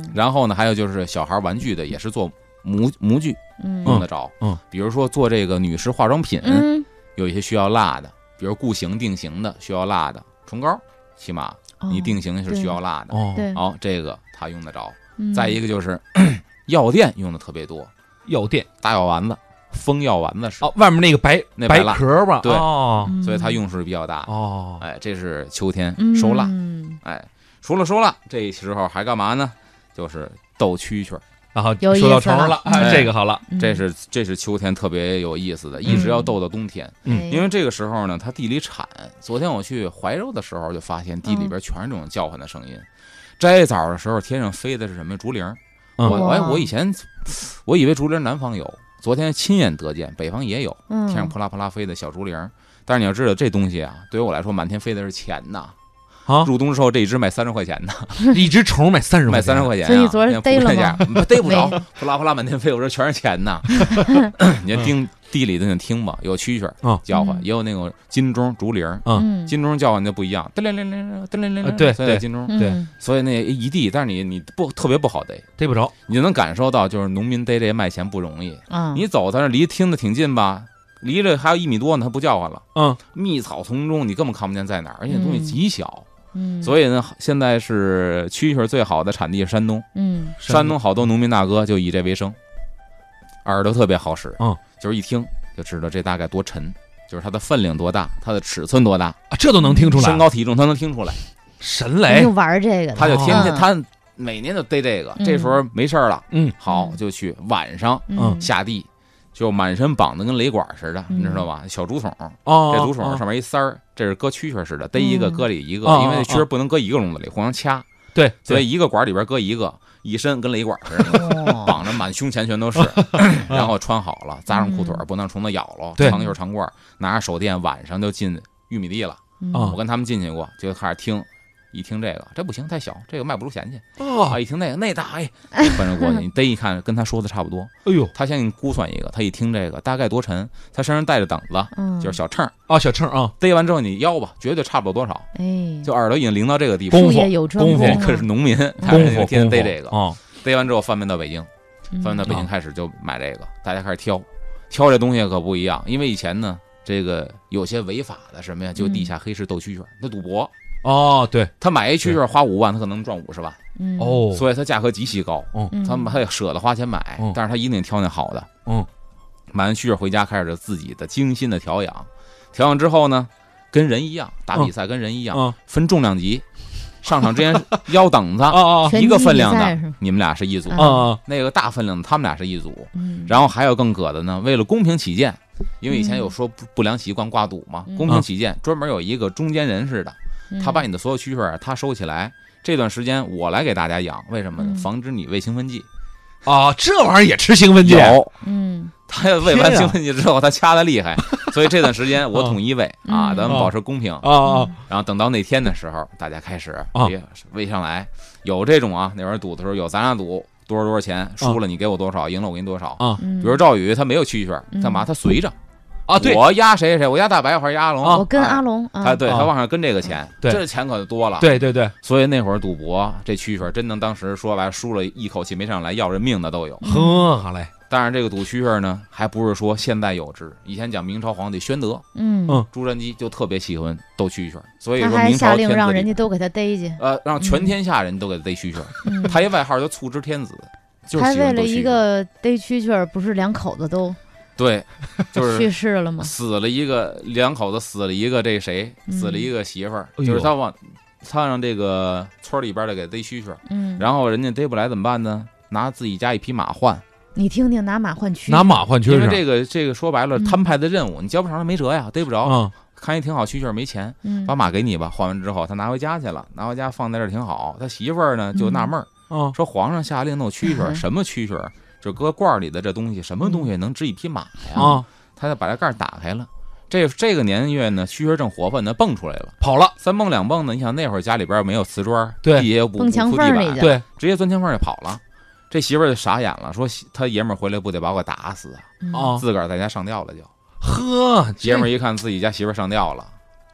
嗯然后呢，还有就是小孩玩具的也是做模模具嗯用得着，嗯嗯比如说做这个女士化妆品，嗯，有一些需要蜡的，比如固形定型的需要蜡的，唇膏，起码哦你定型是需要蜡的，哦，嗯对，哦，这个它用得着。嗯再一个就是 [CLEARS THROAT] 咳药店用的特别多，药店大药丸子、封药丸子是，哦，外面那个白那白白蜡壳吧？对哦嗯所以它用处是比较大。哦，哎，这是秋天嗯收蜡。哎，除了收蜡，这时候还干嘛呢？就是斗蛐蛐儿。然后有意说到思虫了了，哎哎这个好了，嗯这是这是秋天特别有意思的，一直要斗到冬天，嗯哎因为这个时候呢，它地里产。昨天我去怀柔的时候，就发现地哦里边全是这种叫唤的声音。摘枣的时候，天上飞的是什么竹铃儿？[LAUGHS] 嗯我哎，哇我以前我以为竹铃南方有，昨天亲眼得见，北方也有嗯天上扑啦扑啦飞的小竹铃儿。但是你要知道，这东西啊，对于我来说，满天飞的是钱呐。啊，入冬之后，这一只卖三十块钱呢，一只虫卖三十，卖三十，块钱、啊。所以昨儿逮了吗吗？逮不着，扑啦扑啦满天飞，我说全是 [LAUGHS] 钱呐。你就盯地里头就听吧，有蛐蛐哦儿叫唤嗯，也有那种金钟、竹林儿。嗯金钟叫唤就不一样，叮铃铃铃，叮铃铃啊铃，对所以叫对金钟。嗯对所以那一地，但是你你不特别不好逮，逮不着，你就能感受到，就是农民逮这卖钱不容易。啊你走在那离听着挺近吧，离着还有一米多呢，它不叫唤了。嗯，密草丛中，你根本看不见在哪儿，而且那东西嗯极小。嗯所以呢，现在是蛐蛐儿最好的产地是山东。嗯山东好多农民大哥就以这为生，耳朵特别好使，嗯，就是一听就知道这大概多沉，就是它的分量多大，它的尺寸多大，啊，这都能听出来，身高体重他能听出来，神肯雷定玩这个的，哎他就天天嗯他每年就逮这个，嗯这时候没事儿了，嗯，好嗯就去晚上嗯下地，就满身绑的跟雷管似的，嗯你知道吧？小竹筒，哦，这竹哦筒上面一塞儿，这是搁蛐蛐似的，逮一个嗯搁里一个哦，因为哦那蛐哦儿不能搁一个笼子里，互相掐，对，所嗯对以一个管里边搁一个，一身跟雷管似的。哦绑着满胸前 [LAUGHS] 全都是，然后穿好了，扎上裤腿儿，不能让虫子咬了。嗯对长袖长褂儿，拿着手电，晚上就进玉米地了。嗯啊我跟他们进去过，就开始听，一听这个，这不行，太小，这个卖不出钱去。啊，哦，一听那个，那大，哎，奔着过 [LAUGHS] 去，你逮一看，跟他说的差不多。哎呦，他先给你估算一个，他一听这个大概多沉，他身上带着等子，嗯就是小秤儿。啊，小秤啊，逮完之后你腰吧，绝对差不了多少，哎就耳朵已经灵到这个地步。功术夫业有专功夫攻这啊可是农民，他功是夫天天逮这个，啊，逮完之后贩卖到北京。嗯翻到北京开始就买这个，大家开始挑，挑这东西可不一样，因为以前呢，这个有些违法的什么呀，就地下黑市斗蛐蛐，那赌博，哦，对，他买一蛐蛐花五万，他可能赚五十万，嗯哦，所以他价格极其高，嗯他们还得舍得花钱买嗯，但是他一定挑那好的，嗯，买完蛐蛐回家开始自己的精心的调养，调养之后呢，跟人一样打嗯比赛，跟人一样啊分重量级，上场 [LAUGHS] 之前腰等子啊啊拳击一个分量比赛是的吗，你们俩是一组，啊啊，那个大分量的他们俩是一组，嗯然后还有更葛的呢，为了公平起见，因为以前有说不不良习惯挂赌嘛嗯，公平起见，专门有一个中间人似的，嗯他把你的所有蛐蛐儿啊他收起来，这段时间我来给大家养，为什么呢嗯？防止你喂兴奋剂。啊，这玩意儿也吃兴奋剂，啊有，嗯 [LAUGHS] 他要喂完兴奋剂之后，他掐的厉害，所以这段时间我统一喂嗯啊，咱们嗯嗯保持公平。啊啊，然后等到那天的时候，大家开始别喂上来，有这种啊，那会儿赌的时候有咱俩赌多少多少钱，输嗯了你给我多少，赢了我给你多少。嗯比如赵宇他没有蛐蛐儿，干嘛？嗯他随着。啊，对，我压谁谁，我压大白，我压阿龙，啊我跟阿龙，龙啊他对啊他往上跟这个钱，对这钱可就多了。，对对对，所以那会儿赌博这蛐蛐儿真能，当时说白了输了一口气没上来，要人命的都嗯有。呵，好嘞，但是这个赌蛐蛐儿呢，还不是说现在有之，以前讲明朝皇帝宣德嗯嗯朱瞻基就特别喜欢斗蛐蛐儿，所以他说还明下朝令天让子人里家嗯都给他逮 [LAUGHS] 去，呃让全天下人都给他逮蛐 [LAUGHS] 蛐儿，嗯他一外号叫醋之天子，就是他喜欢为斗了蛐蛐一儿个逮蛐蛐儿，不是两口子都对， [LAUGHS] 就是去世了吗？死了一个两口子，死了一个这谁，嗯死了一个媳妇儿，哎呦就是他往他让这个村里边的给逮蛐蛐儿，嗯，然后人家逮不来怎么办呢？拿自己家一匹马换，你听听，拿马换蛐，拿马换蛐因为蛐，这个这个说白了嗯摊派的任务，你交不上他没辙呀，逮不着，啊，看一挺好蛐蛐儿没钱，嗯把马给你吧。换完之后，他拿回家去了，拿回家放在这儿挺好。他媳妇儿呢就纳闷儿，啊，说皇上下令弄蛐蛐儿，嗯什么蛐蛐儿？就搁罐儿里的这东西，什么东西能治一匹马呀？哦啊，他就把这盖儿打开了。这这个年月呢，蛐蛐儿正活泛呢，蹦出来了。跑了，三蹦两蹦的，你想那会儿家里边没有瓷砖，对地也有不蹦墙不铺缝地儿里板去，对，直接钻墙缝儿就跑了。这媳妇儿就傻眼了，说媳他爷们儿回来不得把我打死啊！嗯啊，自个儿在家上吊了就。呵，这爷们儿一看自己家媳妇儿上吊了，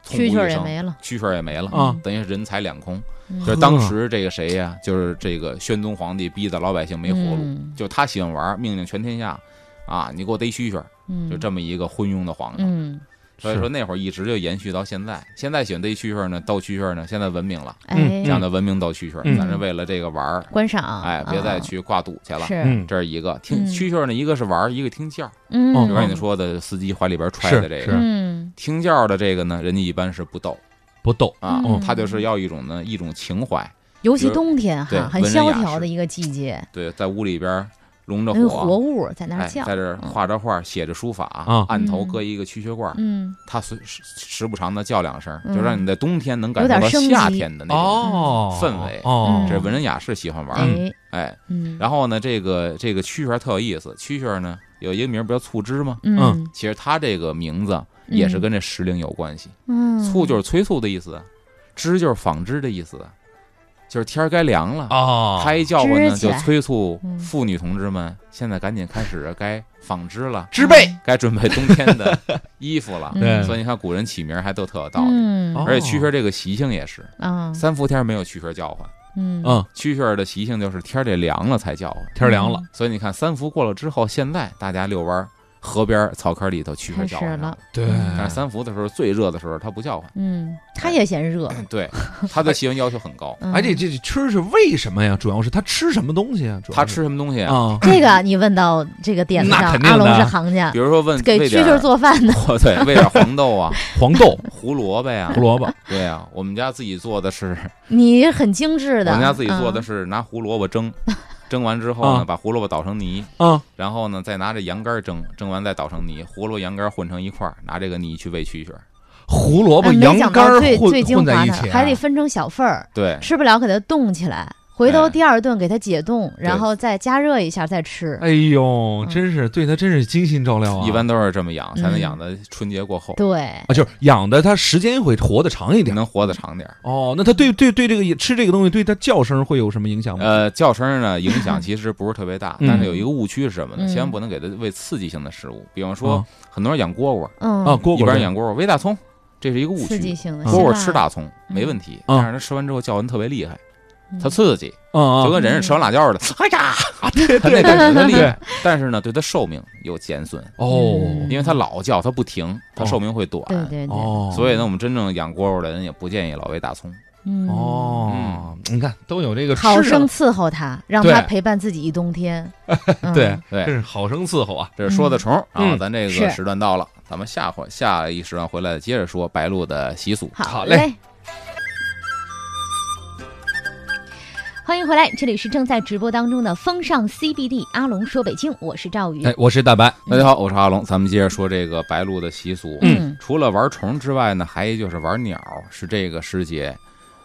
痛不蛐欲蛐儿也生，没了，蛐蛐儿也没了，啊等于是人财两空。嗯就是当时这个谁呀、就是这个宣宗皇帝逼的老百姓没活路，嗯就他喜欢玩儿，命令全天下啊，你给我逮蛐蛐儿，嗯，就这么一个昏庸的皇上。嗯，所以说是那会儿一直就延续到现在。现在喜欢逮蛐蛐儿呢，斗蛐蛐儿呢，现在文明了，哎，嗯讲的文明斗蛐蛐儿，嗯咱是为了这个玩儿，观赏，哎，别再去挂赌去啊了。是，嗯，这是一一个听嗯蛐蛐儿呢，一个是玩儿，一个听叫儿。嗯，哦就刚才你说的，司机怀里边揣的这是个，嗯，听叫儿的这个呢，人家一般是不斗不斗，啊嗯，他就是要一种呢一种情怀。尤其冬天对哈，很文人萧雅条士的一个季节，对，在屋里边儿笼着那个活火，物在那哎，儿叫，在这儿画着画，写着书法嗯，案头搁一个蛐蛐罐儿，嗯嗯，他随时时不常的叫两声儿，嗯就让你在冬天能感受有到点升级夏天的那种。哦，氛围哦，这文人雅士喜欢玩儿，哎，哎，嗯，然后呢，这个这个蛐蛐儿特有意思，蛐蛐儿呢有一个名儿不叫醋汁吗？嗯，其实它这个名字也是跟这时令有关系，嗯醋就是催促的意思，汁就是纺织的意思，就是天儿该凉了，哦，它一叫唤呢，织起就来催促嗯妇女同志们，现在赶紧开始该纺织了， [LAUGHS] 知备，该准备冬天的 [LAUGHS] 衣服了。对所以你看，古人起名还都特有道理，嗯哦而且蛐蛐儿这个习性也是，啊，三伏天没有蛐蛐儿叫唤，嗯嗯，蛐蛐儿的习性就是天儿得凉了才叫唤。天儿凉了，所以你看，三伏过了之后，现在大家遛弯儿，河边儿草坑里头蛐蛐开儿叫唤始了。对但是三伏的时候最热的时候，它不叫唤，嗯，哎他也嫌热，对，它对气温要求很 [LAUGHS] 高。嗯哎，这这这吃是为什么呀？主要是他吃什么东西啊？主要它是吃什么东西啊？啊，这个你问到这个点子那上，肯定阿龙的是行家比，如说问给喂蛐点蛐儿儿做饭的， [LAUGHS] 哦，对，喂点黄豆啊，黄 [LAUGHS] 豆、胡萝卜呀胡，萝卜，对呀，我们家自己做的是，你很精致我的，们家自己做的嗯是拿胡萝卜蒸，蒸完之后呢，啊把胡萝卜捣成泥，嗯，然后呢再拿着羊肝蒸，蒸完再捣成泥，胡萝卜羊肝混成一块儿，拿这个泥去喂蛐蛐儿。胡萝卜、哎羊没讲肝到儿最混最精混在华一的起，啊，还 [LAUGHS] 得分成小份儿，对，吃不了给它冻起来，回哎头第二顿给它解冻，然后再加热一下再吃。哎呦，真是对他真是精心照料啊！一般都是这么养，才能嗯养到春节过后，对，啊，就是养的他时间会活得长一点。能活得长点儿。哦，那他对对对这个吃这个东西对他叫声会有什么影响吗？呃，叫声呢影响其实不是特别大，嗯但是有一个误区是什么呢？嗯千万不能给它喂刺激性的食物，比方说很多人养蝈蝈，嗯，啊，蝈一蝈般对人养蝈蝈喂大葱，这是一个误刺激区。性的，嗯辛蝈辣蝈吃大葱嗯没问题，嗯但是它吃完之后叫唤特别厉害，嗯它刺激，就嗯嗯跟人是吃完辣椒似的，哎呀，它那感觉它厉害。但是呢，对它寿命有减损，哦因为它老叫它不停，它寿命会短。对对对，哦，所以呢，我们真正养蝈蝈的人也不建议老喂大葱。嗯，哦，你看都有这个吃好上生了，伺候它，让它对陪伴自己一冬 [LAUGHS] 天。嗯对，对真是好生伺候啊！这是说的虫，然后嗯咱这是个时段到了，咱们下回下一时段回来接着说白鹭的习俗。好好嘞嘞。欢迎回来，这里是正在直播当中的《风尚 CBD》，阿龙说北京，我是赵宇。哎，我是大白，大家好，我是阿龙，咱们接着说这个白鹭的习俗。嗯除了玩虫之外呢，还有就是玩鸟，是这个时节，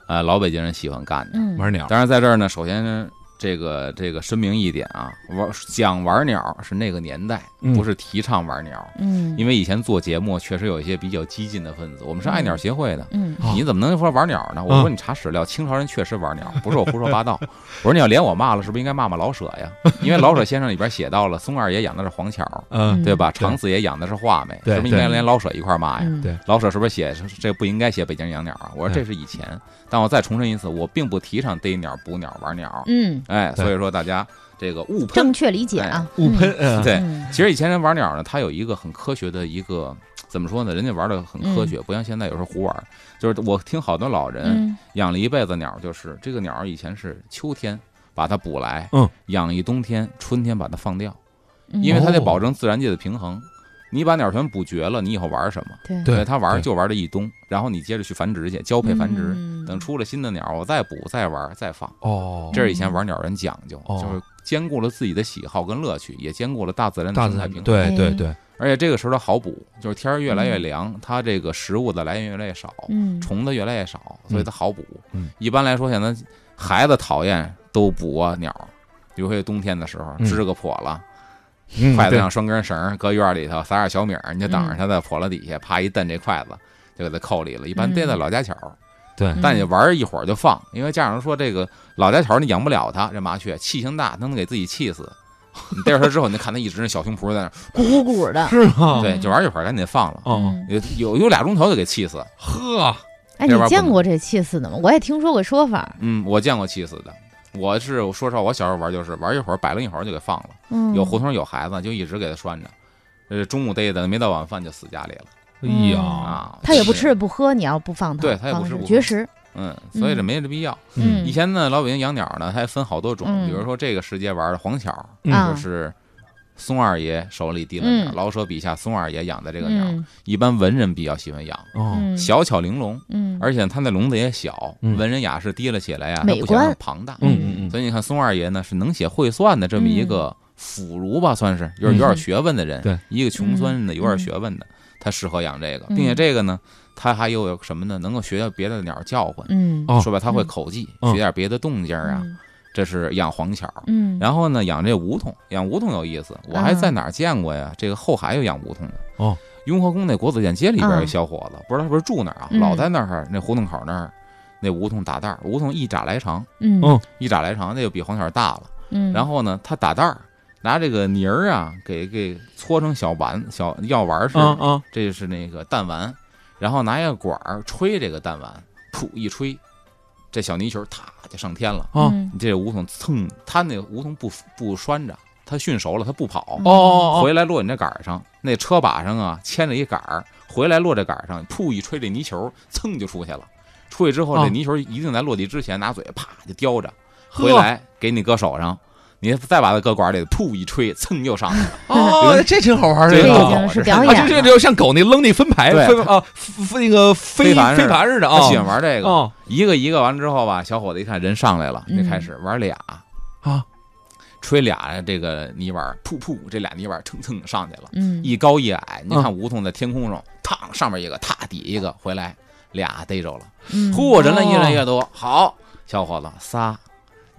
呃，老北京人喜欢干的。嗯，玩鸟，啊当然，在这儿呢，首先这个这个声明一点啊，玩讲玩鸟是那个年代，嗯不是提倡玩鸟，嗯因为以前做节目确实有一些比较激进的分子，我们是爱鸟协会的。嗯嗯啊你怎么能说玩鸟呢？我说你查史料，清朝人确实玩 [LAUGHS] 鸟，不是我胡说八道。我说你要连我骂了，是不是应该骂骂老舍呀？因为老舍先生里边写到了，松二爷养的是黄巧，嗯，对吧？对长子也养的是画眉，对是不是应该连老舍一块儿骂哎呀？嗯对老舍是不是写这不应该写北京养鸟啊？嗯我说这是以前，但我再重申一次，我并不提倡逮鸟、捕鸟、玩鸟。嗯，哎，对所以说大家这个误喷正。确理解啊，勿嗯喷，嗯哎对，嗯其实以前人玩鸟呢，他有一个很科学的一个怎么说呢？人家玩的很科嗯学，不像现在有时候胡玩儿。就是我听好多老人嗯养了一辈子鸟，就是这个鸟以前是秋天把它捕来，嗯，养一冬天，春天把它放掉，嗯因为它得哦保证自然界的平衡。你把鸟全捕绝了，你以后玩什么？对对它玩对就玩这一冬，然后你接着去繁殖去，交配繁殖，嗯等出了新的鸟，我再捕、再玩、再放。哦，这是以前玩鸟人讲究，哦就是兼顾了自己的喜好跟乐趣，也兼顾了大自然的大生自态然平衡。对对对，而且这个时候它好补，就是天儿越来越凉，它这个食物的来源越来越少，嗯，虫子越来越少，所以它好补。嗯一般来说，现在孩子讨厌都捕啊鸟儿，尤其冬天的时候，嗯支个笸箩，嗯筷子对上拴根绳儿，搁院儿里头撒点小米儿，你就挡着嗯它在笸箩底下，啪一蹬这筷子就给它扣里了。一般嗯逮在老家巧儿，对嗯但你玩儿一会儿就放，因为家长说这个老家巧儿你养不了它，这麻雀气性大，能给自己气死。你逮着它之后，你就看它一直那小胸脯在那儿，鼓嗯鼓鼓的， [LAUGHS] 是吗？对，就玩一会儿，赶紧放了。哦，嗯有有有俩钟头就给气死。呵，哎，这你玩意儿见不能过这气死的吗？我也听说过说法，嗯，我见过气死的。我是我说实话，我小时候玩就是玩一会儿，摆弄一会儿就给放了。嗯，有胡同有孩子就一直给它拴着，呃，中午逮的没到晚饭就死家里了哎嗯呀，啊。他也不吃，也不喝，你要不放它，对它也不放吃着不喝绝食，嗯，所以这没这必要。嗯以前呢，老北京养鸟呢，它还分好多种，嗯比如说这个时节玩的黄巧，嗯啊就是松二爷手里提的鸟，嗯老舍笔下松二爷养的这个鸟，嗯一般文人比较喜欢养，哦，嗯，小巧玲珑，嗯，而且它那笼子也小，嗯文人雅士提了起来呀、它美不显得观很庞大。嗯嗯嗯，所以你看，松二爷呢是能写会算的这么一嗯个腐儒吧，算是有点有点学问的人，对，一个穷酸的有点学问的，他适合养这个，嗯并且这个呢，他还又有什么呢？能够学学别的鸟叫唤，嗯哦说白了他会口技，嗯学点别的动静啊。，这是养黄巧，嗯，啊然后呢养这梧桐，养梧桐有意思，我还在哪儿见过呀？这个后海有养梧桐的哦。雍和宫那国子监街里边嗯有一小伙子，不知道他是不是住那儿啊，嗯老在那儿那胡同口那儿，那梧桐打蛋儿，梧桐一拃来长，嗯哦一拃来长，那就比黄巧大了。嗯，然后呢，他打蛋儿，拿这个泥儿啊，给给搓成小丸小药丸似啊的，啊，这是那个弹丸，然后拿一个管儿吹这个弹丸，噗一吹，这小泥球啪就上天了。啊嗯这梧桐蹭，他那梧桐不不拴着，他驯熟了，他不跑，哦哦哦，回来落你这杆儿上，那车把上啊牵着一杆儿，回来落这杆儿上，噗一吹这泥球，蹭就出去了。出去之哦后，啊这泥球一定在落地之前拿嘴啪就叼着。呵回来给你搁手上，你再把它搁管里，噗一吹，蹭又上去了。哦，这挺好玩儿，这嗯这已个。个经是是表啊，演就了，这就像狗那扔那分牌，对飞啊，飞飞那个飞飞盘似的飞盘似的啊他，喜欢玩这个，哦一个一个完之后吧，小伙子一看人上来了，嗯就开始玩俩，啊，吹俩这个泥丸，噗噗，这俩泥丸蹭蹭上去了，嗯，啊一高一矮。你看嗯梧桐在天空上，烫上面一个，踏底一个，回来俩逮着了，嗯哦嚯，人来越来越多，好，小伙子仨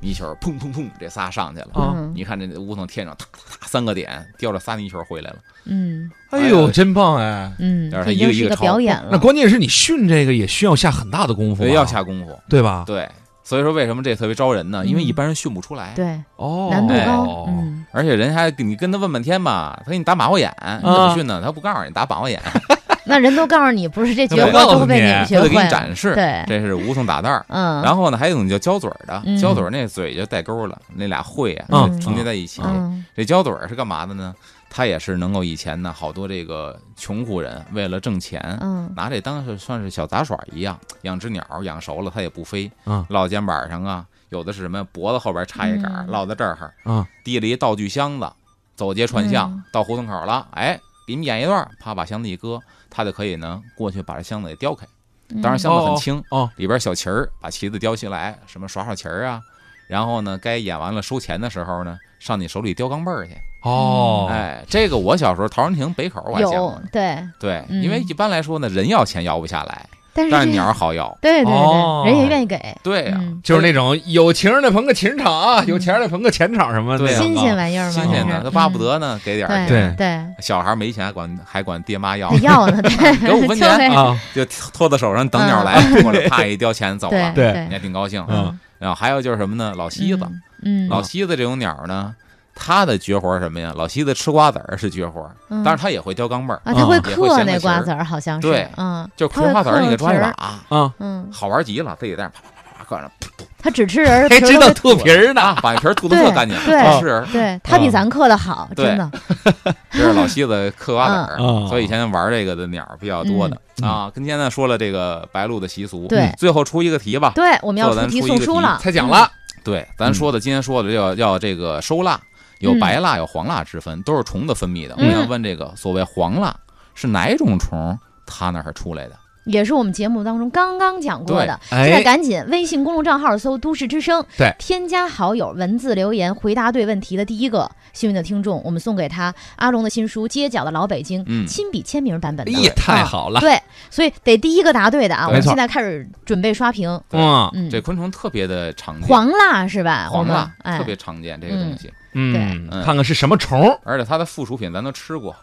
泥球，砰砰砰，这仨上去了。啊嗯你看这梧桐天上，哒哒哒三个点，叼着仨泥球回来了。嗯哎呦，真棒哎！嗯，然这后他已一个经是一个个抄表演那了，关键是你训这个也需要下很大的功夫所吧，以嗯要下功夫。对吧？对，所以说为什么这特别招人呢？因为嗯一般人训不出来，对，哦，难度高哎哦，嗯，而且人还你跟他问半天吧，他给你打马虎眼，啊你怎么训呢？他不告诉你打马虎眼，哎那人都告诉你，不 [LAUGHS] 是这绝活我告诉都被你们他学得会给你了，展示。对，这是梧桐打蛋儿。嗯，然后呢，还有一种叫胶嘴儿的嗯，胶嘴儿那嘴就带钩了，那俩喙啊嗯就重叠在一起。嗯这胶嘴儿是干嘛的呢？它也是能够以前呢，好多这个穷苦人为了挣钱，嗯拿这当是算是小杂耍一样，养只鸟儿养熟了它也不飞嗯，落肩膀上啊，有的是什么呀脖子后边插一杆儿嗯落在这儿，啊，递了一道具箱子，走街串巷、嗯到胡同口了，哎，给你们演一段，啪把箱子一搁，他就可以呢过去把这箱子给叼开。嗯，当然箱子很轻，哦，里边小旗儿把旗子叼起来，什么耍耍旗儿啊。然后呢，该演完了收钱的时候呢，上你手里叼钢镚儿去。哦，，哎，这个我小时候陶然亭北口我还见嗯有过。对，对，嗯因为一般来说呢，人要钱要不下来，但是但是这鸟儿好要。对对哦对，人也愿意给，对呀、嗯就是那种有情的捧个情场啊，有钱的捧个钱场什么的，对啊新鲜玩意儿嘛，新鲜这的，是他巴不得呢给点嗯儿对钱。对对，小孩没钱还管还管爹妈要还，要 [LAUGHS] 呢，对，给五 [LAUGHS] 分就嗯钱那啊，就托在手上等鸟来， [LAUGHS] 过来啪一叼钱走了，对你还挺高兴。嗯然后还有就是什么呢？老西子，，嗯，老西子这种鸟呢，它的绝活是什么呀？老西子吃瓜子儿是绝活，嗯但是它也会叼钢镚儿，啊，他会也会嗑衔那个瓜皮儿子儿，好像是，对嗯，就它嗑会瓜子儿，嗑你给抓一皮儿把，啊，嗯，好玩极了，自己在那儿啪啪啪啪啪干着，他只吃 [LAUGHS] 人儿，还皮儿哎知都道会吐吐皮儿呢，[LAUGHS] 把皮儿吐的特干净，对真是对他比啊咱嗑的好，真嗯对的，这是老西子嗑瓜子儿嗯，所以以前玩这个的鸟儿比较多的嗯啊。跟现在说了这个白鹭的习俗，对最后出一个题吧，对，我们要做嗯咱出题出一送个书题了，才讲了，对，咱说的今天说的要要这个收蜡，有嗯白蜡有黄蜡之分，都是虫子分泌的。嗯我想问这个所谓黄蜡是哪种虫？它那儿出来的？嗯也是我们节目当中刚刚讲过的。现在哎，赶紧微信公众账号搜“都市之声”，对添加好友，文字留言，回答对问题的第一个幸运的听众，我们送给他阿龙的新书《街角的老北京》，嗯亲笔签名版本哎的。啊呀，太好了，对，所以得第一个答对的啊！我没们错现在开始准备刷屏，嗯嗯，啊这昆虫特别的常见，黄蜡是吧？我黄们蜡哎，特别常见这个东西，嗯，对看看是什么虫，而且它的附属品咱都吃过，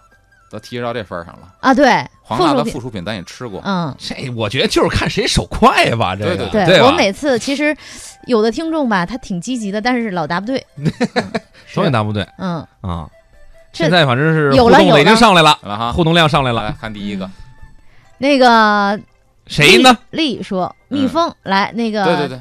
都提示到这份儿上了。啊，对，黄蜡属的品，附属品咱也吃过，嗯。这我觉得就是看谁手快吧，这个对对我吧？每次其实有的听众吧，他挺积极的，但是老答不 [LAUGHS] 对，永远答不对嗯，啊。这现在反正是有了啊互动有已经了上来了，好了哈，互动量上来来了，看第一个，那个谁呢？丽丽说嗯蜜蜂、来那个对对对，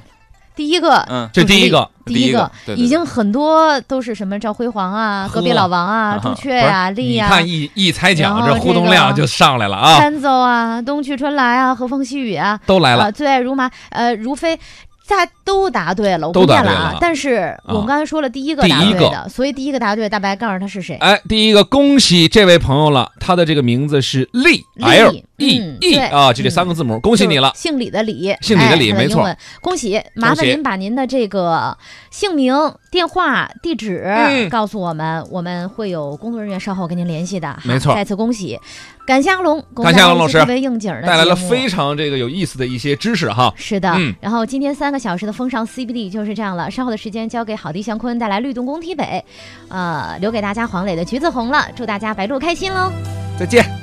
第一个嗯，这第一个嗯呃第第一一个个，对对对已经很多都是什么赵辉煌啊、呵隔壁老王啊、啊朱雀呀、丽你呀、看一一猜然奖，后这互动量就上来了啊，山奏啊、冬去春来啊、和风细雨啊，都来了啊，。最爱如麻，呃，如飞。大家都答对了，我不都答念了对啊了！但是我们啊刚才说了，第一个第答一对个的，所以第一个答对，大白告诉他是谁。哎，第一个恭喜这位朋友了，他的这个名字是 Lee 丽 L 嗯 E E 对啊，就这三个字母，恭喜你了就。是姓李的李，姓李的哎李他没错英文恭喜！麻烦喜您把您的这个姓名、电话、地址嗯告诉我们，我们会有工作人员稍后跟您联系的。哈没错再次恭喜，感谢阿龙，给我们感谢阿带来龙一老期师特别应景的带来了节目非常这个有意思的一些知识哈。是的，嗯然后今天三个小时的风尚 CBD 就是这样了。稍后的时间交给好迪祥坤带来律动工体北，呃，留给大家黄磊的橘子红了，祝大家白昼开心喽。再见。